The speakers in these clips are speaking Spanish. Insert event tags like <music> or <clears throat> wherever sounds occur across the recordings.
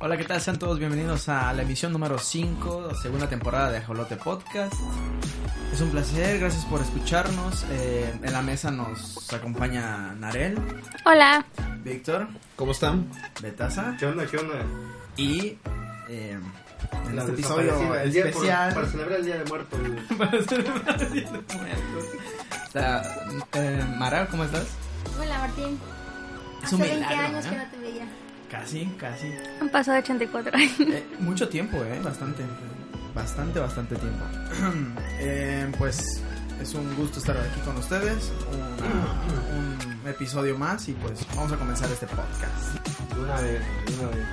Hola, ¿qué tal? Sean todos bienvenidos a la emisión número 5, segunda temporada de Ajolote Podcast. Es un placer, gracias por escucharnos. Eh, en la mesa nos acompaña Narel, Hola. Víctor, ¿Cómo están? Betasa ¿Qué onda? ¿Qué onda? y eh, en La este episodio desaparecida, el día por- especial para celebrar el Día de Muertos. güey. para celebrar el Día de Muertos. Está, eh, Mara, ¿cómo estás? Hola, Martín. Es un Hace 20 milagro, años ¿eh? que no te veía. Casi, casi. Han pasado 84 años. <laughs> Eh, mucho tiempo, ¿eh? Bastante. Bastante, bastante tiempo. <clears throat> Eh, pues es un gusto estar aquí con ustedes. Una- un episodio más y pues vamos a comenzar este podcast. De una vez, de una vez.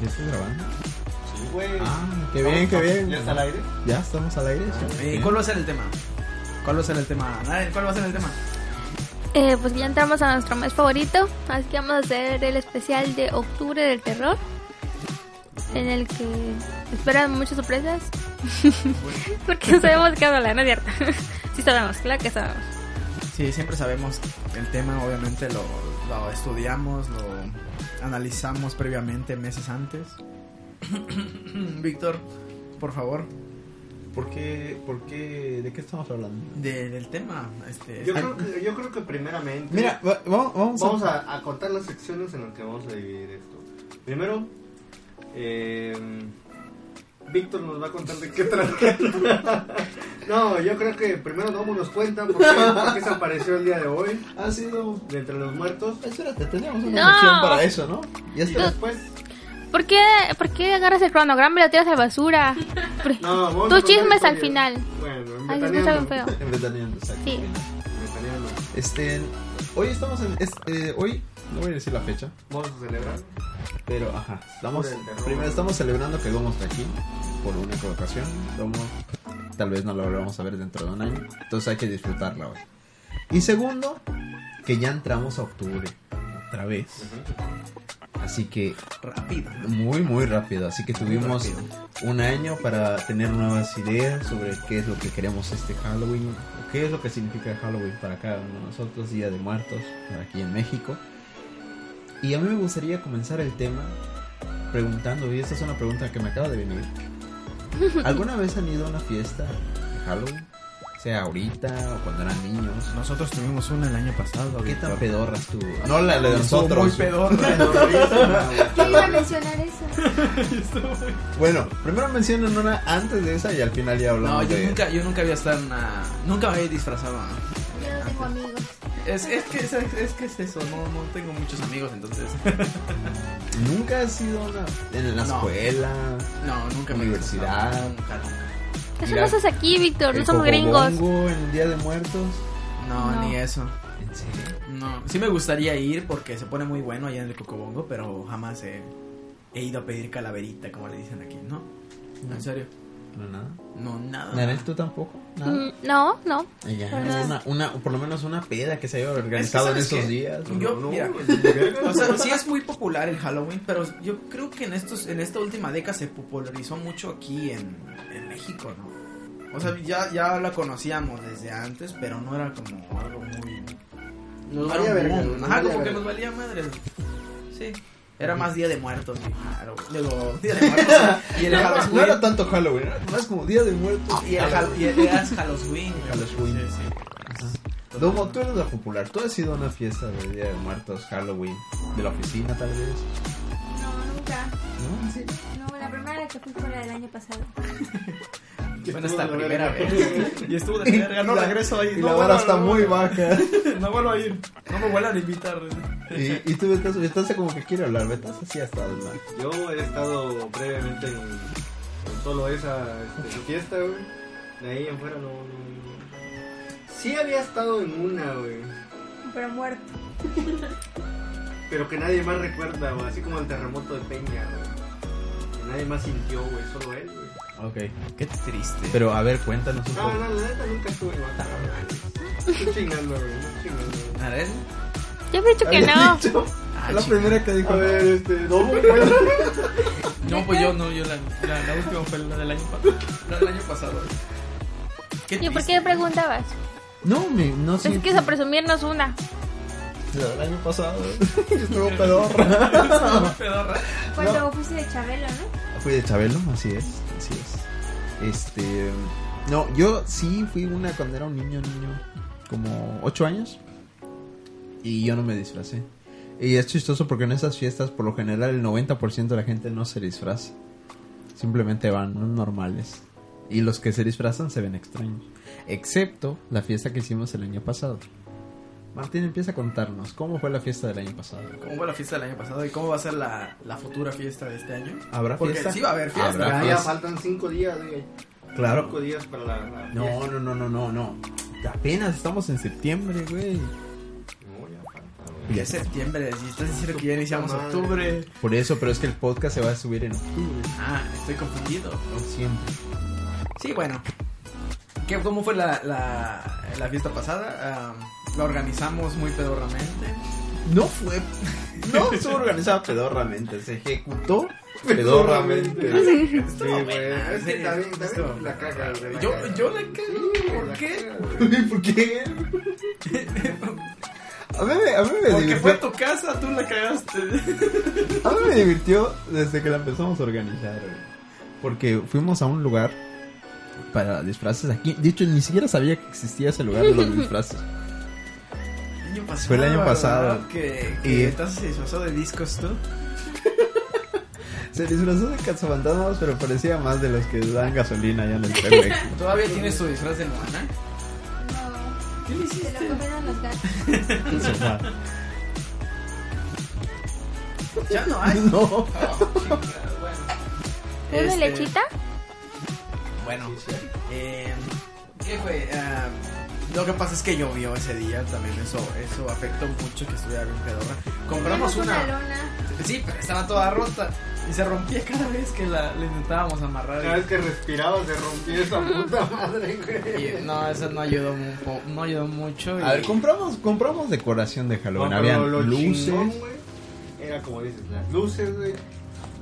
¿Ya estás grabando? Sí, güey. Ah, qué bien, qué bien. ¿Ya está al aire? Ya estamos al aire. sí. Eh, Bien. ¿Cuál va a ser el tema? ¿Cuál va a ser el tema? Naren, ¿Cuál va a ser el tema? Eh, pues ya entramos a nuestro mes favorito, así que vamos a hacer el especial de octubre del terror, en el que esperan muchas sorpresas, <laughs> porque no sabemos de qué hablar, ¿no es cierto? <laughs> sí sabemos, claro que sabemos. Sí, siempre sabemos el tema, obviamente lo, lo estudiamos, lo analizamos previamente meses antes. <clears throat> Víctor, por favor, ¿Por qué, por qué, de qué estamos hablando? de- del tema. Este, Yo creo que, yo creo que primeramente. Mira, va- va- vamos, Vamos a... a, a contar las secciones en las que vamos a dividir esto. Primero, eh, Víctor nos va a contar de qué trata. no, yo creo que primero Domo nos cuenta por qué, por qué se apareció el día de hoy, Ha sido... de entre los muertos. Espérate, teníamos una No. sección para eso, ¿no? Ya Y está. después, ¿Por qué, por qué agarras el cronograma y lo tiras a la basura? Por- no, vamos a Tus contar chismes al historias. final. Bueno, en Ay, se escucha bien ventaneando, feo. En Bretaña, exacto. Sí. ventaneando. Este, hoy estamos en... Este, hoy, no voy a decir la fecha, Vamos a celebrar. pero ajá. Estamos, Por el terror. primero estamos celebrando que Domo está aquí por una ocasión. Domo tal vez no lo volvamos a ver dentro de un año. Entonces hay que disfrutarla hoy. Y segundo, que ya entramos a octubre. Otra vez. Así que rápido. muy, muy rápido. Así que tuvimos rápido. un año para tener nuevas ideas sobre qué es lo que queremos este Halloween, o qué es lo que significa Halloween para cada uno de nosotros, Día de Muertos, para aquí en México. Y a mí me gustaría comenzar el tema preguntando, y esta es una pregunta que me acaba de <laughs> venir. ¿Alguna vez han ido a una fiesta de Halloween? Sea ahorita o cuando eran niños. Nosotros tuvimos una el año pasado. ¿Qué tan Víctor. pedorras tú? No la la de Estuvo nosotros. Muy <laughs> pedorra. <laughs> Yo iba a mencionar eso. Bueno, primero mencionan una antes de esa y al final ya No, hablamos yo de... nunca, yo nunca había estado en una... Nunca me había disfrazado. ¿no? Yo no tengo amigos. Es, es, que, es, es que es eso, no, no tengo muchos amigos, entonces... Nunca has ido a una- en la No. escuela. No, nunca me he Universidad. disfrazado, Nunca, nunca. Eso Mira, no estás aquí, Víctor, no el somos gringos. cocobongo en el Día de Muertos. No, No. ni eso. ¿En serio? No, sí me gustaría ir porque se pone muy bueno allá en el Cocobongo, pero jamás he, he ido a pedir calaverita, como le dicen aquí, ¿no? ¿En serio? No, nada. No, nada. ¿Narel, tú tampoco? Nada. Mm, No, no. Ah. Y ya, Nada. una, una, por lo menos una peda que se haya organizado en ¿sabes esos qué? días. Yo- mira. <laughs> O sea, sí es muy popular el Halloween, pero yo creo que en estos en esta última década se popularizó mucho aquí en, en México, ¿no? O sea, ya, ya la conocíamos desde antes, pero no era como algo muy... Nos no era valía un verga, boom. nos Ajá, valía como que verga. nos valía madre. Sí. Era más Día de Muertos, sí, claro. Luego, Día <laughs> de Muertos. y el No, no, Halloween. no era tanto Halloween, era más como Día de Muertos. y el Hal- y el- era Halloween. Halloween. Sí, sí. Ajá. Domo, tú eres la popular. Tú has ido a una fiesta de Día de Muertos, Halloween, de la oficina tal vez. No, nunca. ¿No? ¿En serio? No, la primera que fui fue la del año pasado. Bueno, hasta la primera vez. <laughs> Y estuvo de verga. No Y la- regreso ahí. Y no la vuelvo- vara está no muy vuelvo- baja. No vuelvo a ir. No me vuelvan a invitar. Y, y tú estás, estás como que quiere hablar, estás así hasta el mar. Yo he estado previamente en, en solo esa este, fiesta, güey. De ahí en fuera no, no, no. Sí había estado en una, güey. Pero muerto. Pero que nadie más recuerda, güey. Así como el terremoto de Peña, güey. Que nadie más sintió, güey. Solo él, güey. Ok. Qué triste. Pero a ver, cuéntanos un No, poco. no, la neta nunca estuve en otra, güey. Estoy chingando, güey. Estoy chingando, güey. ¿A ver? Yo había dicho que Había <laughs> no. dicho, Ah, la chica. primera que dijo. A ver, este, no, güey. No, pues yo no, yo la, la, la última fue la del año pasado. La del año pasado. Qué ¿Y por triste. qué preguntabas? No, me, no sé. Es que es a presumirnos una. La del año pasado. <laughs> Estuvo pedorra. <laughs> Pedorra. Cuando No. fuiste de Chabelo, ¿no? Fui de Chabelo, así es, así es. Este, no, yo sí fui una cuando era un niño, niño, como 8 años. Y yo no me disfracé. Y es chistoso porque en esas fiestas por lo general el 90% de la gente no se disfraza. Simplemente van normales. Y los que se disfrazan se ven extraños. Excepto la fiesta que hicimos el año pasado. Martín empieza a contarnos cómo fue la fiesta del año pasado. ¿Cómo fue la fiesta del año pasado y cómo va a ser la, la futura fiesta de este año? ¿Habrá Porque fiesta? sí va a haber fiesta. Habrá Ah, Ya, ya fiesta. faltan cinco días, güey. Pues, Claro. Cinco días para la. la No, fiesta. no, no, no, no, no. Apenas estamos en septiembre, güey. No, ya falta, güey. Ya es septiembre, si estás diciendo que ya iniciamos Madre. octubre. Por eso, pero es que el podcast se va a subir en <laughs> octubre. Ah, estoy confundido. No siempre. Sí, bueno. ¿Qué, ¿Cómo fue la, la, la fiesta pasada? Am, la organizamos muy pedorramente. No fue. <laughs> No estuvo organizada pedorramente. Se ejecutó pedorramente. Sí, güey. Es que Sí, también, estuvo- también la caga, güey. la Yo, caga. yo la cago. Sí, ¿Por la qué? caga, güey. ¿Por qué? A mí, me- a mí me Porque fue divirtió. a tu casa, tú la cagaste. <laughs> A mí me divirtió desde que la empezamos a organizar, güey. Porque fuimos a un lugar para disfraces aquí. De hecho, ni siquiera sabía que existía ese lugar de <laughs> los disfraces. El año pasado, Fue el año ¿verdad? pasado. Que, que Y- entonces se disfrazó de discos tú. Se disfrazó de cazafantasmas, pero parecía más de los que dan gasolina allá en el Pemex. ¿Todavía tienes tu disfraz de Moana? No. ¿Qué le Se lo comieron los gatos. en su mano. Ya no hay. <laughs> No. <laughs> ¿Una Oh, Este, lechita? Bueno, eh, ¿qué fue? Ah, lo que pasa es que llovió ese día también, eso eso afectó mucho que estuviera bien pedorra. Compramos Teníamos una. lona. Sí, pero estaba toda rota y se rompía cada vez que la, la intentábamos amarrar. Ah, Cada vez que respiraba se rompía esa puta madre, güey. Y no, eso no ayudó, mu- po- no ayudó mucho. A ver, y- compramos, compramos decoración de No, Halloween. pero Habían lo luces, chingón, güey, era como dices, las luces, güey,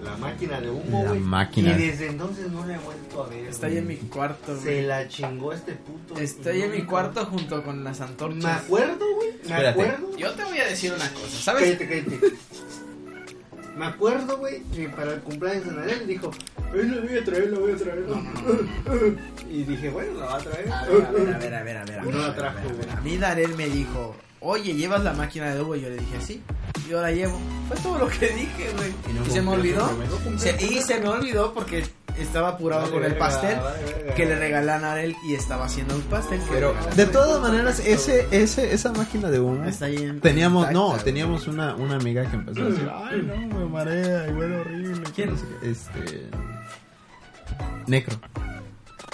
la máquina de humo, La güey, máquina. Y desde entonces no la he vuelto a ver. Está ahí güey. en mi cuarto, Se güey. la chingó este puto. Está ahí en mi idiota. cuarto junto con las antorchas. Me acuerdo, güey. Me Espérate. acuerdo. Yo te voy a decir una cosa, <laughs> ¿sabes? Cállate, cállate. Me acuerdo, güey, que para el cumpleaños de Nadel dijo, "Ay, la voy a traer, la voy a traer. Y dije, bueno, la va a traer. A ver, a ver, a ver, a ver, a ver. a No ver, la a ver, trajo, a ver, güey. A mí Darel me dijo, oye, ¿llevas la máquina de humo? Y yo le dije, sí. Yo la llevo. Fue todo lo que dije, güey. Y no Y se me cumplió su olvidó. promesa. Se- y se me olvidó porque estaba apurado Vale, con el verga, pastel vale, verga. que le regalé a Narel y estaba haciendo un pastel. que Pero le regalé. de todas maneras, ese, ese, esa máquina de humo. Está ahí en- Teníamos, no, intacta, teníamos una, una amiga que empezó a decir, ay no, me marea y huele horrible. ¿Quién? No sé qué. Este. Necro. güey.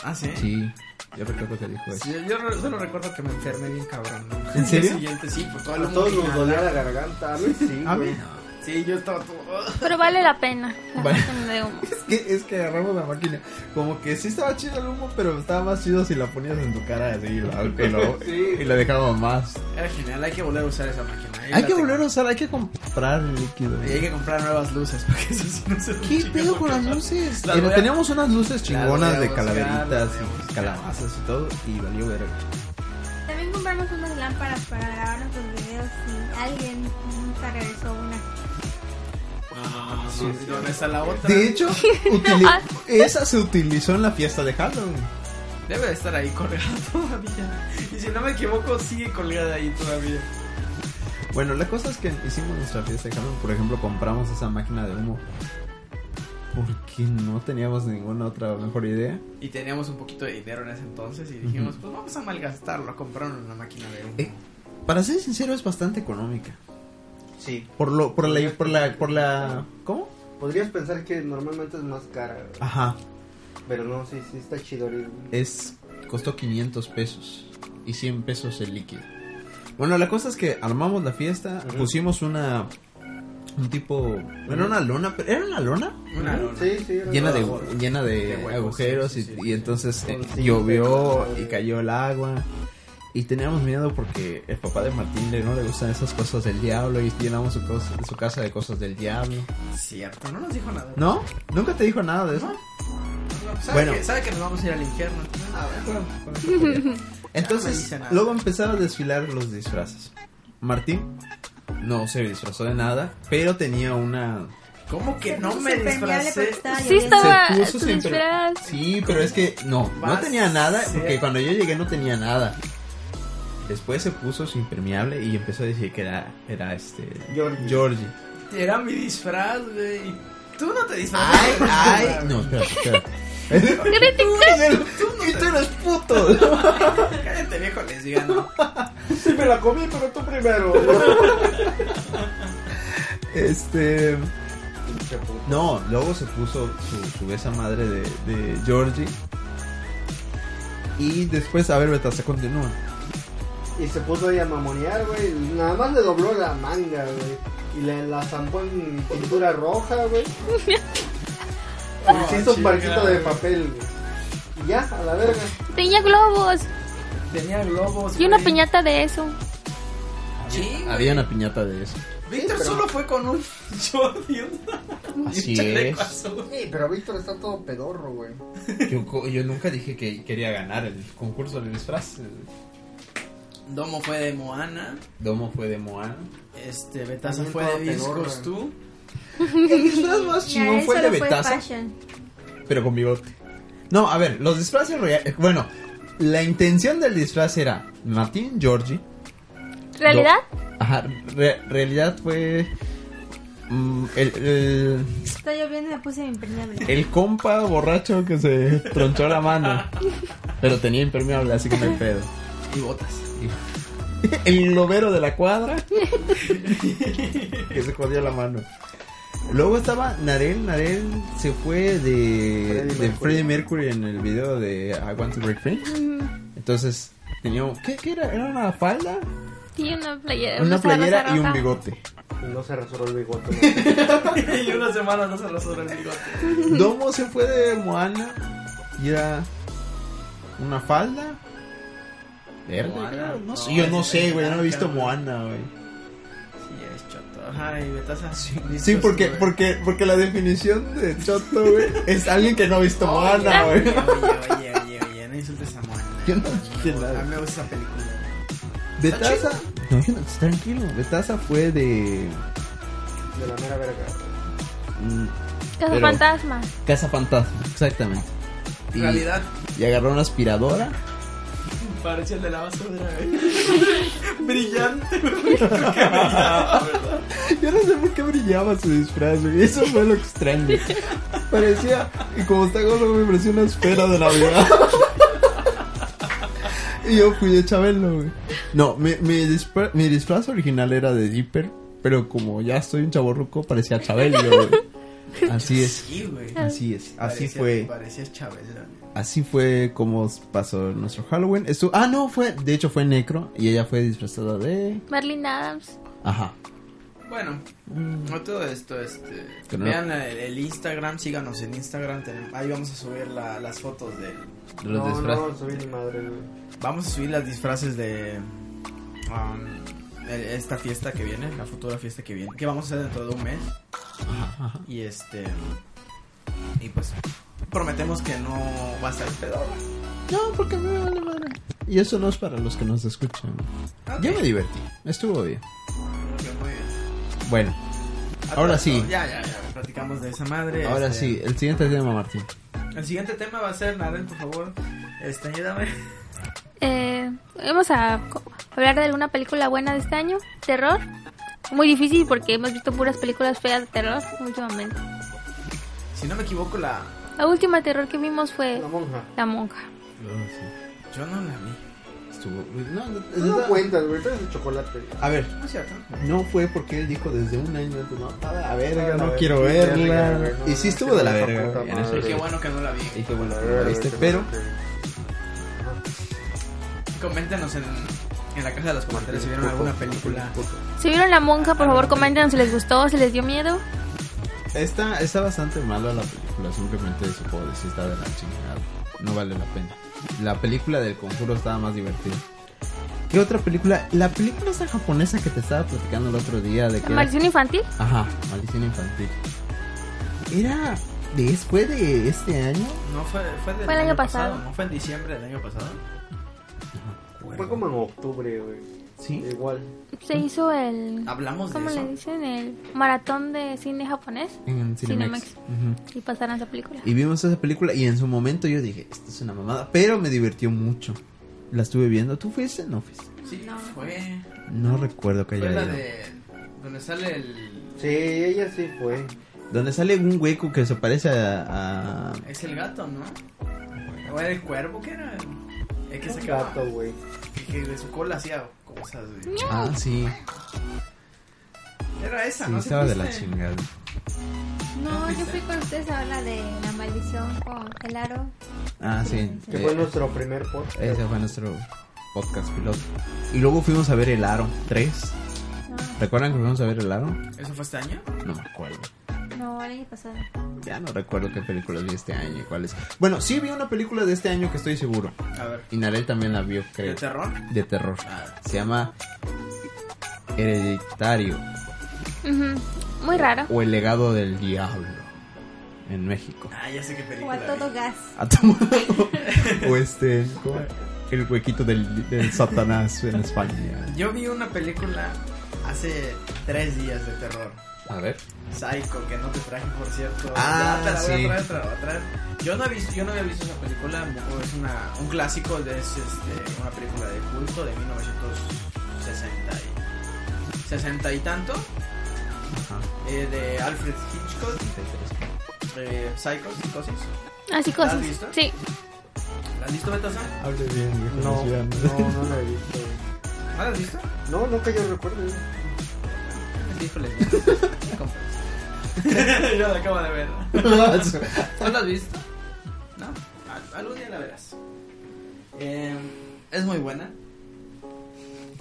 Ah, sí. Sí, yo recuerdo que dijo eso. Sí, yo, yo re- solo recuerdo que me enfermé bien cabrón. ¿no? Pues. ¿En serio? El siguiente, sí, por todo A el todos mundo nos dolía la garganta, a mí sí, A mí güey. no. Sí, yo estaba todo. Pero vale la pena. La Vale. máquina de humo. Es que, es que agarramos la máquina. Como que sí estaba chido el humo, pero estaba más chido si la ponías en tu cara así y la, <laughs> y lo- Sí. y la dejábamos más. Era genial, hay que volver a usar esa máquina. Ahí Hay la que tengo. volver a usar, hay que comprar el líquido. Y hay que comprar nuevas luces <laughs> porque eso sí no se lo ¿Qué chingo, pedo con porque- las luces? Las voy a- teníamos unas luces las chingonas voy a de buscar, calaveritas las voy a buscar. y calabazas y todo, y valió ver. También compramos unas lámparas para grabar nuestros videos y alguien nunca regresó una. Ah, sí, sí, ¿Dónde está la otra? <laughs> De hecho, utili- Ah. esa se utilizó en la fiesta de Halloween. Debe de estar ahí colgada <laughs> todavía. Y si no me equivoco, sigue colgada ahí todavía. Bueno, la cosa es que hicimos nuestra fiesta de Halloween, por ejemplo, compramos esa máquina de humo. Porque no teníamos ninguna otra mejor idea. Y teníamos un poquito de dinero en ese entonces y dijimos, pues vamos a malgastarlo, a comprar una máquina de humo. Eh. Para ser sincero, es bastante económica. Sí. Por lo, por la, por la, por la, ¿cómo? Podrías pensar que normalmente es más cara, güey. Ah. Ajá, Pero no, sí, sí está chido. güey. es, costó 500 pesos y 100 pesos el líquido. Bueno, la cosa es que armamos la fiesta, Ujú. pusimos una, un tipo, era una lona, pero era una lona Una lona. Sí, sí. era llena de, una- llena de, De huecos, agujeros sí, sí, y, sí, y sí. entonces eh, Con llovió cinco, y cayó el agua. Y teníamos miedo porque el papá de Martín le, no le gustan esas cosas del diablo y llenamos su, cos- su casa de cosas del diablo. Cierto, no nos dijo nada. ¿No? ¿Nunca te dijo nada <laughs> de eso? ¿Sabe, Bueno. Ah, que, sabe que nos vamos a ir al infierno. Bueno, con eso podía. Entonces, dice nada. luego empezaron a desfilar los disfraces. Martín no se disfrazó de nada, pero tenía una... ¿Cómo que no puso me impermeable disfracé? porque estaba Sí lloviendo. estaba Se puso tu siempre- disfraz. Sí, pero es que no, no Vas tenía nada, a ser- porque cuando yo llegué no tenía nada. Después se puso su impermeable y empezó a decir que era, era este... Georgie. Georgie. Era mi disfraz, güey. Tú no te disfrazaste. <laughs> Ay, ay. No, espera, espera. <laughs> Critic. Tú no te... eres puto. <laughs> Cállate, viejo lesbiano. Sí me la comí, pero tú primero. <laughs> Este. No, luego se puso su, su esa madre de, de Georgie. Y después, a ver, Betasa, continúa. y se puso ahí a mamonear, güey. Nada más le dobló la manga, güey. Y le la zampó en pintura roja, güey. Ah, Y se hizo un chinga, barquito de güey. papel, güey. Y ya, a la verga. Tenía globos Tenía globos. y una güey. piñata de eso. Sí, güey. Había una piñata de eso. Víctor solo fue con un <laughs> Jordi. un Así chaleco es. azul. Sí, pero Víctor está todo pedorro, güey. Yo, co- yo nunca dije que quería ganar el concurso de disfraz. Domo fue de Moana. Domo fue de Moana. Este, Betasa También fue toda de discos pedorra. tú. El disfraz más Ya, chingón él fue el de solo Betasa, fashion. pero con bigote. No, a ver, los disfraces. rea- eh, Bueno, la intención del disfraz era Martín, Georgie. ¿Realidad? Ajá, re- realidad fue. mm, el, el, Está lloviendo y me puse mi impermeable. el compa borracho que se tronchó la mano. Pero tenía impermeable, así que no hay pedo. Y botas. El globero de la cuadra. Que se jodió la mano. Luego estaba Narel. Narel se fue de, Freddie de Mercury. Freddie Mercury en el video de I Want to Break Free. Entonces tenía. un- ¿Qué, qué era? ¿Era una falda? Y Eh, una playera. Una rosa, playera rosa, y un rosa. bigote. Y no se rasuró el bigote. <laughs> y una semana no se rasuró el bigote. Domo se fue de Moana y era una falda verde. Moana, creo, no no, sé, yo no es- sé, es güey, no he blanca, visto güey. Moana, güey. Sí, es choto. Ajá, y Betasa. Sí, Sí, porque, porque, porque la definición de choto, güey, es alguien que no ha visto Oh, Moana, Oye, güey. oye, oye, oye, oye, no insultes a Moana. Yo no dije nada. A mí me gusta esa película. De Está taza, no, yo no, tranquilo, de taza fue de De la mera verga. güey. mm, Casa Pero- fantasma. Casa Fantasma, exactamente. En Y, realidad, y agarró una aspiradora. parecía el de la basura, ¿eh? <laughs> Brillante, güey. Porque brillaba, ¿verdad? <laughs> Yo no sé por qué brillaba su disfraz, güey. Eso fue lo extraño. Parecía, y como está gordo, me parecía una esfera de Navidad. <laughs> Y yo fui de Chabelo, güey. No, mi, mi, dispra- mi disfraz original era de Dipper, pero como ya estoy un chaborruco, parecía Chabelo, güey. Así es, Sí, güey. así es, así Parecía- fue. Parecías Chabela. Así fue como pasó nuestro Halloween. Estu- ah, no, fue, de hecho fue Necro, y ella fue disfrazada de... Marlene Adams. Ajá. Bueno, no todo esto, este. Que no- Vean el, el Instagram, síganos en Instagram. tenemos- ahí vamos a subir la- las fotos de. Los No, disfraces. no, soy mi madre, güey. Vamos a subir las disfraces de. um, el- esta fiesta que viene, la futura fiesta que viene. Que vamos a hacer dentro de un mes. Ajá, ajá. Y este. Y pues. Prometemos que no va a ser pedorra. No, porque me vale madre. Y eso no es para los que nos escuchan. Ok. Yo me divertí, estuvo bien. Ok, muy bien. Bueno, Ahora sí. Ya, ya, ya. Platicamos de esa madre. ahora este, sí, el siguiente tema, Martín. El siguiente tema va a ser, Naren, por favor. Este, ayúdame. <laughs> Eh, vamos a co- hablar de alguna película buena de este año. Terror. Muy difícil porque hemos visto puras películas feas de terror últimamente. Si no me equivoco, la. La última terror que vimos fue La monja. La monja. Yo no la vi. Estuvo. No, no, Tú no cuentas, güey. Tú eres de chocolate. a ver, No es cierto. no fue porque él dijo desde un año antes, no, está de la verga, Está de la no verga, quiero verga, verla. verga, Y no, sí no, estuvo quiero de la esa verga. puta güey, en madre. eso Qué sí. bueno que no la vi. Y qué bueno que no la viste, pero Coméntenos en, en la caja de los comentarios si vieron alguna película. Si vieron La monja, por favor, comenten si les gustó, si les dio miedo. está, está bastante mala la película, simplemente eso puedo decir, está de la chingada. No vale la pena. La película del conjuro estaba más divertida. ¿Qué otra película? La película esa japonesa que te estaba platicando el otro día de que... era- Maldición infantil. Ajá, maldición infantil. Era después de este año. No fue, fue del Fue el año pasado. No fue en diciembre del año pasado. Fue como en octubre, güey. Sí. Igual. Se hizo el. Hablamos de ¿Cómo le Ah, eso. dicen? El maratón de cine japonés. En Cinemax. Cinemax. Ujú. Y pasaron esa película. Y vimos esa película y en su momento yo dije, esto es una mamada, pero me divertió mucho. La estuve viendo, ¿tú fuiste? No fuiste. Sí, No. fue. No recuerdo que Fue haya la ido. de. Donde sale el. Sí, ella sí fue. Donde sale un hueco que se parece a... ah, a- Es el gato, ¿no? O era el cuervo, ¿qué era? Es que Un sacaba. gato, güey. y Que de su cola hacía cosas, güey. Ah, sí. Era esa, Sí, ¿no? ¿Sí estaba de la fuiste? chingada. No, yo fui con ustedes a hablar de la maldición con el aro. Ah, sí. Que Eh, fue nuestro primer podcast. Ese fue nuestro podcast piloto. Y luego fuimos a ver El Aro 3. ¿Recuerdan que fuimos a ver El Aro? ¿Eso fue este año? No me acuerdo. No, el año pasado. Ya no recuerdo qué películas vi este año y cuáles. Bueno, sí vi una película de este año que estoy seguro. A ver. Y Narel también la vio, creo. ¿De terror? de terror. Ah. Se llama Hereditario Ujú. Muy raro. o El legado del diablo en México. Ah, ya sé qué O película. a ¿eh? todo vi. gas. <laughs> A tu- o este ¿cómo? el huequito del, del Satanás en España. Yo vi una película hace tres días de terror. A ver. Psycho, que no te traje, por cierto. Ah, Ya te la voy sí. a traer, te la voy a traer. Yo no, he visto, yo no había visto esa película, Muco, es una, un clásico, de, es este, una película de culto de 1960 y, 60 y tanto, Ajá. eh, de Alfred Hitchcock, eh, Psycho, Psicosis. Así cosas. visto? Sí. ¿La has visto, Betosa? Hable bien, viejo, No, decía, no, no la he visto. ¿No la has <laughs> visto? No, no que yo recuerde. Híjole, <laughs> compras. yo la acabo de ver. <laughs> ¿No la has visto? No. Al- algún día la verás. Eh, es muy buena.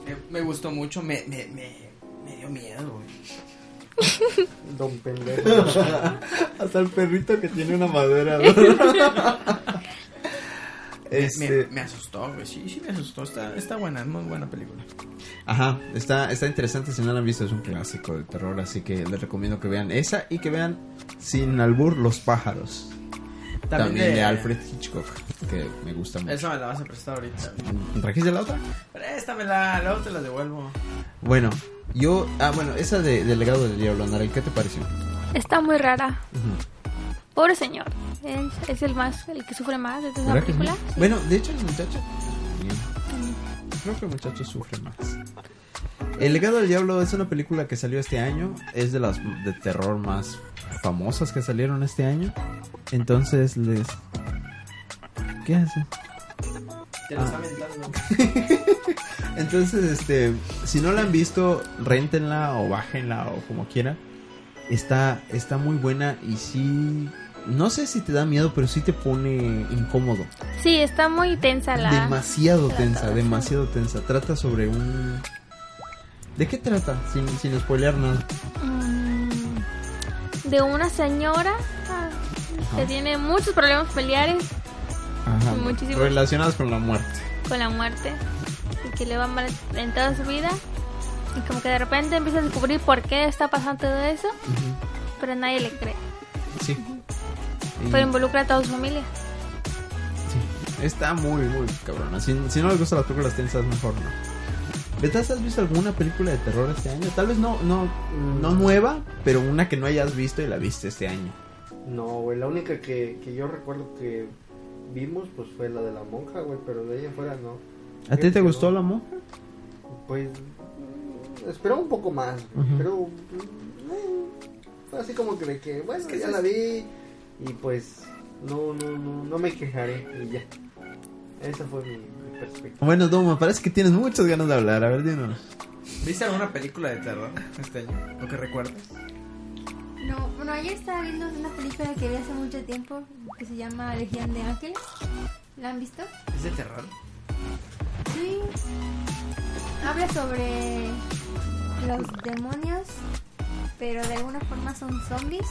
Eh, me gustó mucho. Me, me, me, me dio miedo, güey. Don pendejo. Hasta el perrito que tiene una madera. <laughs> Me- Me, Este, me asustó, güey. Sí, sí me asustó. Está, está buena, es muy buena película. ajá, está, está interesante si no la han visto, es un clásico de terror, así que les recomiendo que vean esa y que vean sin albur Los pájaros. También, de, Alfred Hitchcock, que me gusta mucho. Esa me la vas a prestar ahorita. ¿Trajiste la otra? Préstamela, luego te la devuelvo. Bueno, yo. Ah, bueno, esa de, del legado del diablo, Narel, ¿qué te pareció? Está muy rara. Pobre señor. Él es el más, el que sufre más de toda esa ¿Verdad que sí? película. Sí. Bueno, de hecho, el muchacho. Creo que el muchacho sufre más. El legado del diablo es una película que salió este año. Es de las de terror más famosas que salieron este año. Entonces les. ¿Qué hace? Te la Ah. está aventando. Entonces, este, si no la han visto, réntenla o bájenla o como quieran. Está, está muy buena y sí, no sé si te da miedo, pero sí te pone incómodo. Sí, está muy tensa la. demasiado la tensa, trama. demasiado tensa. Trata sobre un... ¿De qué trata? Sin, sin spoilear nada. Mm, de una señora ah, que tiene muchos problemas familiares Ajá. Muchísimo. Relacionadas con la muerte. con la muerte y que le va mal en toda su vida y como que de repente empieza a descubrir por qué está pasando todo eso Ujú, pero nadie le cree Sí. Y- pero involucra a toda su familia Sí. Está muy, muy cabrona. Si, si no les gustan las películas tensas, mejor no. ¿Betas, has visto alguna película de terror este año? Tal vez no, no, no nueva, pero una que no hayas visto y la viste este año. No, güey, la única que, que yo recuerdo que vimos pues fue la de la monja, güey, pero de ahí en fuera no. ¿A ti Fíjate te que gustó no. la monja? Pues mm, esperaba un poco más, güey, Ujú. pero mm, eh, fue así como que de que, bueno, que ya es- la vi y pues no, no, no, no me quejaré y ya. Esa fue mi, mi perspectiva. Bueno, Doma, parece que tienes muchas ganas de hablar. A ver, dinos. ¿Viste alguna película de terror este año? ¿Lo que recuerdas? No, bueno, ayer estaba viendo una película que vi hace mucho tiempo que se llama Legión de Ángeles. ¿La han visto? ¿Es de terror? Sí. Habla sobre los demonios, pero de alguna forma son zombies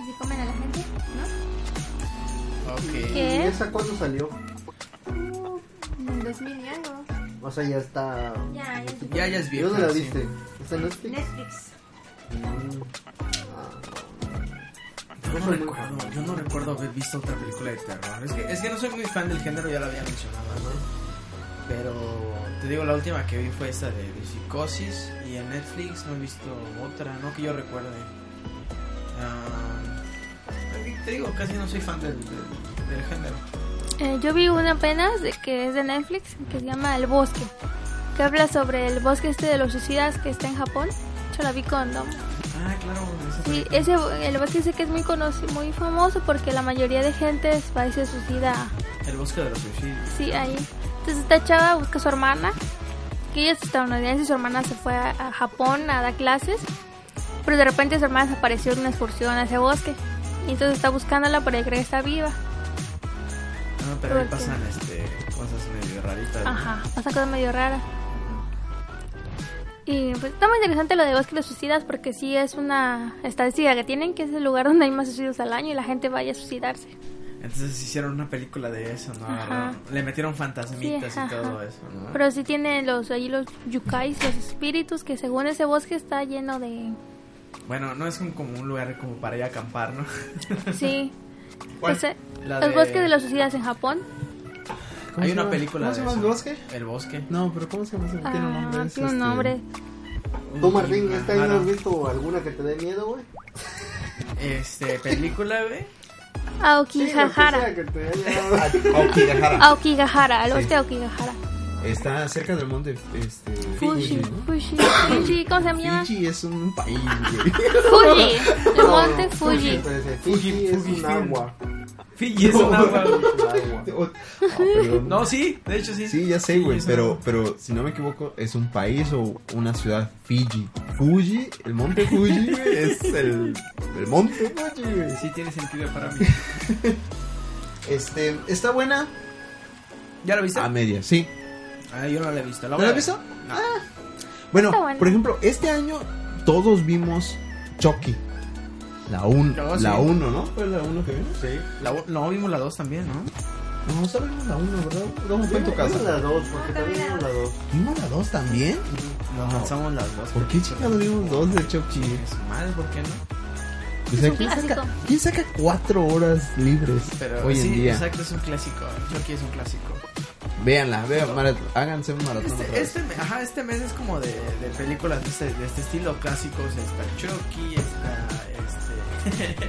y se comen a la gente, ¿no? Ok. ¿Y ¿Qué? esa cuándo salió? En el 2000 y algo. O sea, ya está... Ya, ya se- Ya, ya es ¿Y vieja. dónde la sí. viste? ¿Está en Netflix? Netflix. Mm. Ah, Yo no recuerdo, yo no recuerdo haber visto otra película de terror. Es que, es que no soy muy fan del género, ya lo había mencionado, ¿no? Pero te digo, la última que vi fue esta de, de Psicosis y en Netflix no he visto otra, no que yo recuerde. Ah, te digo, casi no soy fan del, del- del género. Eh, yo vi una apenas de- que es de Netflix que se llama El Bosque, que habla sobre el bosque este de los suicidas que está en Japón. Yo la vi cuando Ah, claro, esa Sí, película. ese, el bosque dice que es muy conoci- muy famoso porque la mayoría de gente va y se suicida El bosque de los suicidios. sí, ahí. Entonces esta chava busca a su hermana, que ella es estadounidense y su hermana se fue a, a Japón a dar clases, pero de repente su hermana desapareció en una excursión a ese bosque. Y entonces está buscándola porque cree que está viva. Ah, No, pero ¿Por ahí qué? pasan este, cosas medio raritas. ¿no? Ajá, pasa cosas medio raras. Y pues está muy interesante lo de bosque de los suicidas porque sí es una estadística que tienen que es el lugar donde hay más suicidios al año y la gente vaya a suicidarse. Entonces hicieron una película de eso, ¿no? Ajá. Le metieron fantasmitas Sí, y todo ajá. eso, ¿no? Pero sí tiene los, ahí los yukais, los espíritus, que según ese bosque está lleno de... Bueno, no es un- como un lugar como para ir a acampar, ¿no? Sí. ¿Cuál? Ese- La los de- bosques de los suicidas en Japón. ¿Cómo Hay se una llama? película ¿Cómo de se llama el eso. bosque? El bosque. No, pero ¿cómo se llama? Ah, Tiene un nombre. es, tiene un este, nombre. Tú, Martín, ¿este año Ahora, has visto alguna que te dé miedo, güey? Este, película, güey. Aokigahara. Sí, lo que sea que te haya Ah, dado. Ah. Aokigahara. Aokigahara, el Sí. bosque de Aokigahara. Está cerca del monte este, Fuji, ¿no? Fuji, Fuji, ¿cómo se llama? Fiji es un país, güey. <laughs> Fuji, el monte No, Fuji. entonces, Fuji, Fuji es Fuji, un agua. Fiji es un agua. Es un agua. O- Ah, pero- No, sí, de hecho sí. Sí, ya sé, güey, es un pero, agua. pero si no me equivoco, es un país o una ciudad, Fiji. Fuji, el monte Fuji, güey, es el, el monte Fuji, güey. Sí tiene sentido para mí. Este, está buena ¿Ya la viste? a media, sí. Ah, yo no la he visto. ¿No voy la a has ver. visto? Ah. Bueno, Está buena. por ejemplo, este año todos vimos Chucky. La 1, No, sí. la 1, ¿no? Fue la 1 que vimos. Sí. La u- no, vimos la 2 también, ¿no? No, solo vimos la 1, ¿verdad? No, fue en tu Vimos la casa. 2, porque también vimos la 2. ¿Vimos la 2 también? Nos lanzamos las dos. ¿Por qué chingados vimos dos de Chucky? Es mal, ¿por qué no? O sea, un ¿quién clásico. saca, quién saca cuatro horas libres Pero hoy sí, en día? exacto, es un clásico. Chucky es un clásico. Véanla, vean, mara- háganse un maratón. otra Este, vez. este, me- ajá, este mes es como de, de películas de este, de este estilo clásicos. Está Chucky, está este,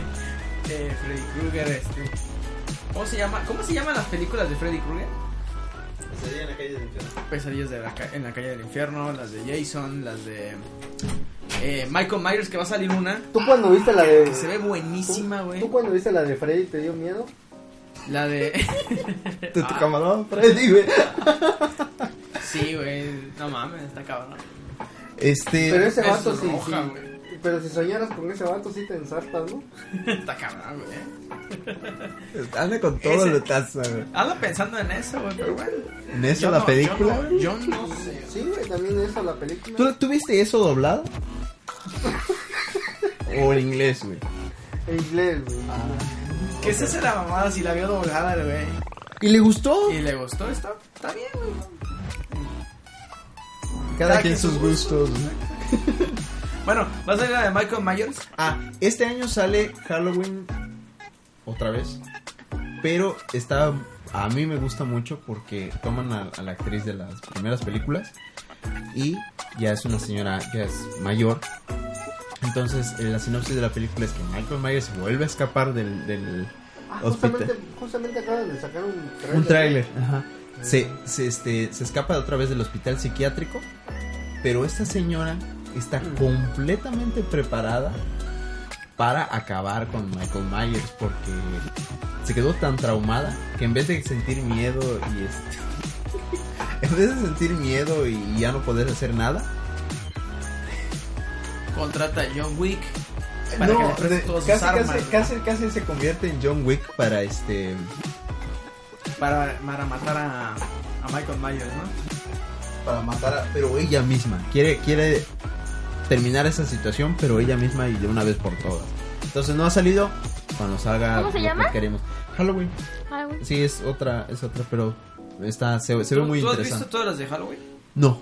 <laughs> eh, Freddy Krueger. Este. ¿Cómo, se llama? ¿Cómo se llaman las películas de Freddy Krueger? Sería en la calle del infierno. Pesadillas de la ca- en la calle del infierno, las de Jason, las de eh, Michael Myers, que va a salir una. ¿Tú cuando viste la de... que se ve buenísima, güey. ¿Tú cuando viste la de Freddy te dio miedo? La de. <laughs> De tu camarada Freddy, güey. sí, güey. No mames, está cabrón. Este, Pero ese es vato sí, roja, sí. Pero si soñaras con ese vato sí te ensartas, ¿no? Está cabrón, güey. anda con todo ese- lo taza, güey. Anda pensando en eso, güey, pero bueno. En eso Yo la no- película. güey. Yo no, yo no sé. Sí, güey, también esa la película. ¿Tú, tú viste eso doblado? o en inglés, güey. En inglés, güey. Ah. ¿Qué es esa la mamada si la vio doblada, güey? ¿Y le gustó? ¿Y le gustó? Está, está bien, güey. Cada, quien sus gustos. güey. Bueno, ¿va a salir la de Michael Myers? Ah, este año sale Halloween otra vez. Pero está. A mí me gusta mucho porque toman a, a la actriz de las primeras películas. Y ya es una señora, ya es mayor. Entonces, eh, la sinopsis de la película es que Michael Myers vuelve a escapar del. del- Ah, Hospital. justamente, justamente acaban de sacar un trailer. un tráiler. Ajá. Se, se, este, se escapa otra vez del hospital psiquiátrico. Pero esta señora está completamente preparada para acabar con Michael Myers porque se quedó tan traumada que en vez de sentir miedo y este <laughs> en vez de sentir miedo y ya no poder hacer nada Contrata a John Wick para que le preste de- todas casi, sus armas. casi, güey. casi, casi se convierte en John Wick para este Para, para matar a, a Michael Myers, ¿no? para matar a, pero ella misma quiere quiere terminar esa situación pero ella misma y de una vez por todas entonces no ha salido cuando salga ¿Cómo se lo llama? que queremos Halloween Ah, bueno. sí es otra es otra pero está se, se ve ¿Tú- muy ¿Tú has interesante visto todas las de Halloween? No.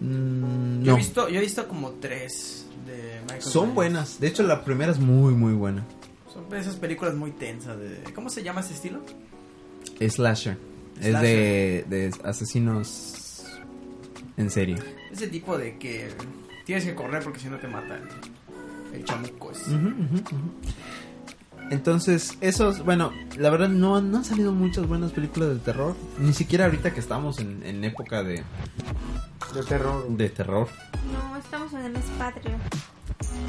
Mm, Yo, he no. visto, yo he visto como tres de Michael Son Myers. buenas. De hecho, la primera es muy, muy buena. Son esas películas muy tensas. De, ¿Cómo se llama ese estilo? Slasher. Es de, de asesinos En serio. Ese tipo de que tienes que correr porque si no te mata el- el chamuco. ese. Ujú, ujú, ujú. Entonces, esos, bueno, la verdad no, han- no han salido muchas buenas películas de terror. Ni siquiera ahorita que estamos en, en época de, De terror. de terror. No, estamos en el mes patrio.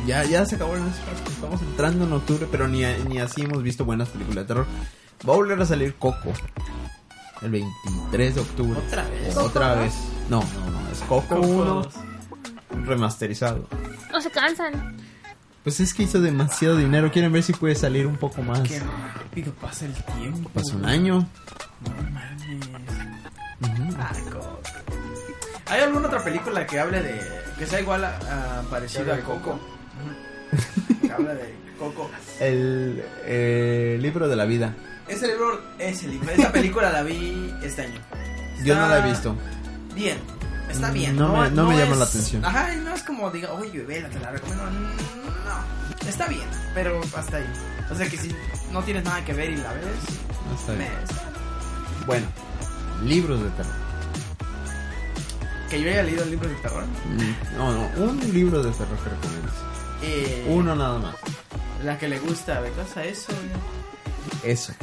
Ya, ya se acabó el mes. Estamos entrando en octubre, pero ni, ni así hemos visto buenas películas de terror. Va a volver a salir Coco. El 23 de octubre. Otra vez. Otra vez. No, no, no. Es Coco 1 remasterizado. No se cansan. Pues es que hizo demasiado dinero. Quieren ver si puede salir un poco más. Qué rápido pasa el tiempo. Pasó un año. No mames. Ujú. Marco. ¿Hay alguna otra película que hable de. que sea igual a. a- parecida a Coco? Ujú. que habla de Coco. El eh, libro de la vida. Ese libro, ese libro, esa película la vi este año. Yo no la he Está visto. Bien, está Mm, bien. no me- no me llama la atención. Ajá, no es como diga, oye, vela, te la recomiendo. No, está bien, pero hasta ahí. O sea que si no tienes nada que ver y la ves, No está me- bien. Bueno, libros de terror. que yo haya leído libros de terror. Mm, No, no, un libro de terror que recomiendas. Eh, Uno nada más. La que le gusta, ¿verdad? A eso. ¿no? <laughs> Eso.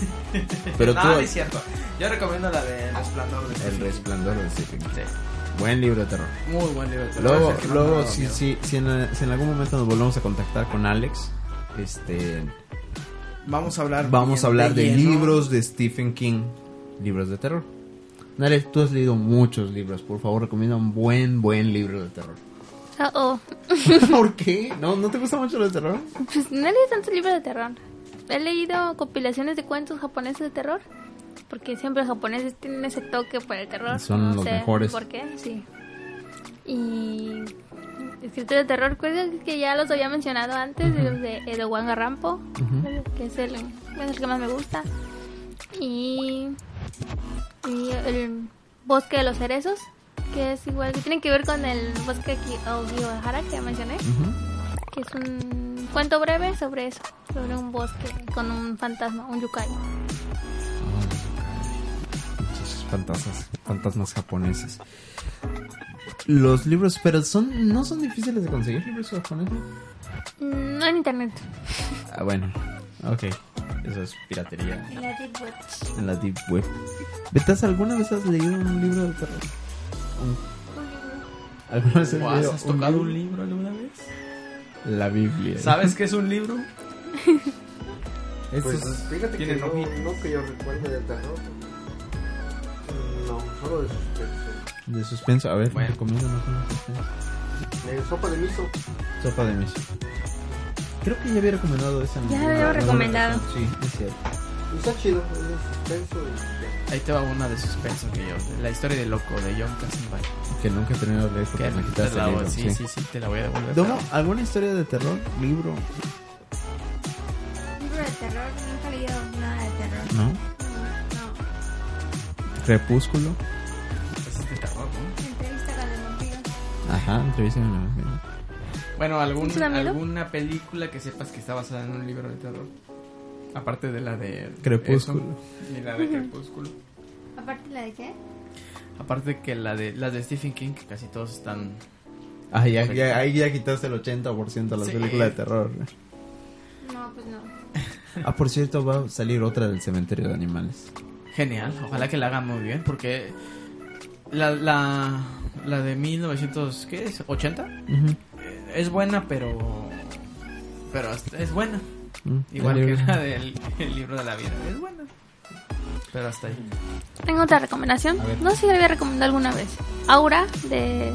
Pero no, tú. no es Ah, cierto. Yo recomiendo la de El Resplandor. de El Stephen King. resplandor de Stephen King. Sí, Buen libro de terror. muy buen libro de terror. Luego, Es el que más me ha luego dado si, miedo. si, si en, si en algún momento nos volvemos a contactar con Alex, este, Vamos a hablar. vamos bien a hablar de lleno. libros de Stephen King, libros de terror. Alex, tú has leído muchos libros, por favor, recomienda un buen, buen libro de terror. Oh, oh. <laughs> ¿Por qué? ¿No, ¿No te gusta mucho los de terror? Pues no leí tantos libros de terror. He leído compilaciones de cuentos japoneses de terror. Porque siempre los japoneses tienen ese toque para el terror. Son no los sé mejores. ¿Por qué? Sí. Y. Escritura de terror, cosas que ya los había mencionado antes, Ujú. los de Edowan Garrampo, Ujú. que es el, es el que más me gusta. Y. Y el Bosque de los Cerezos, que es igual, que tiene que ver con el Bosque de Ogihara que ya mencioné Ujú. que es un cuento breve sobre eso, sobre un bosque con un fantasma, un yukai. Muchos fantasmas, fantasmas japoneses. Los libros, pero son, no son difíciles de conseguir libros japoneses. Mm, No en internet. Ah, bueno. Ok. Eso es piratería En la Deep Web. en la Deep Web. ¿Betas alguna vez has leído un libro de terror? Un- ¿Alguna vez has ¿O leído ¿Has tocado un libro alguna vez? La Biblia. ¿Sabes qué es un libro? Estos- Pues fíjate que tienen no, ojitos. no que yo recuerde de terror. No, solo de suspenso. De suspenso. A ver, Bueno. recomiendo no De sopa de miso. Sopa de miso. Creo que ya había recomendado esa. Ya ¿no? la había No, no, recomendado. Sí, es cierto. Y está chido, es de suspenso. Y... Ahí te va una de suspenso que yo. La historia de loco de John Cassenbach. Que nunca he terminado de leer porque Que me te quitaste la el voy- libro. sí, sí, sí, te la voy a devolver. Domo, ¿alguna historia de terror? ¿Libro? Libro de terror, nunca he leído nada de terror. ¿No? No, no. ¿Crepúsculo? Pues es de terror, ¿no? Entrevista con los vampiros. Ajá, entrevista en la novela. Bueno, algún- ¿Es un amigo? alguna película que sepas que está basada en un libro de terror. Aparte de la de Crepúsculo. eso, y la de Crepúsculo. Aparte la de qué? Aparte que la de las de Stephen King, que casi todos están. Ah, ya, ya- ahí ya quitaste el 80% de las Sí. películas de terror. No, pues no. Ah, por cierto, va a salir otra del cementerio de animales. Genial, ojalá que la hagan muy bien, porque la, la, la de 1900, ¿qué es? ¿80? Eh, Es buena, pero. Pero hasta- es buena. Mm, Igual el que libro. la del el libro de la vida. Es buena. Pero hasta ahí. Tengo otra recomendación. A ver. No sé si la había recomendado alguna vez. Aura de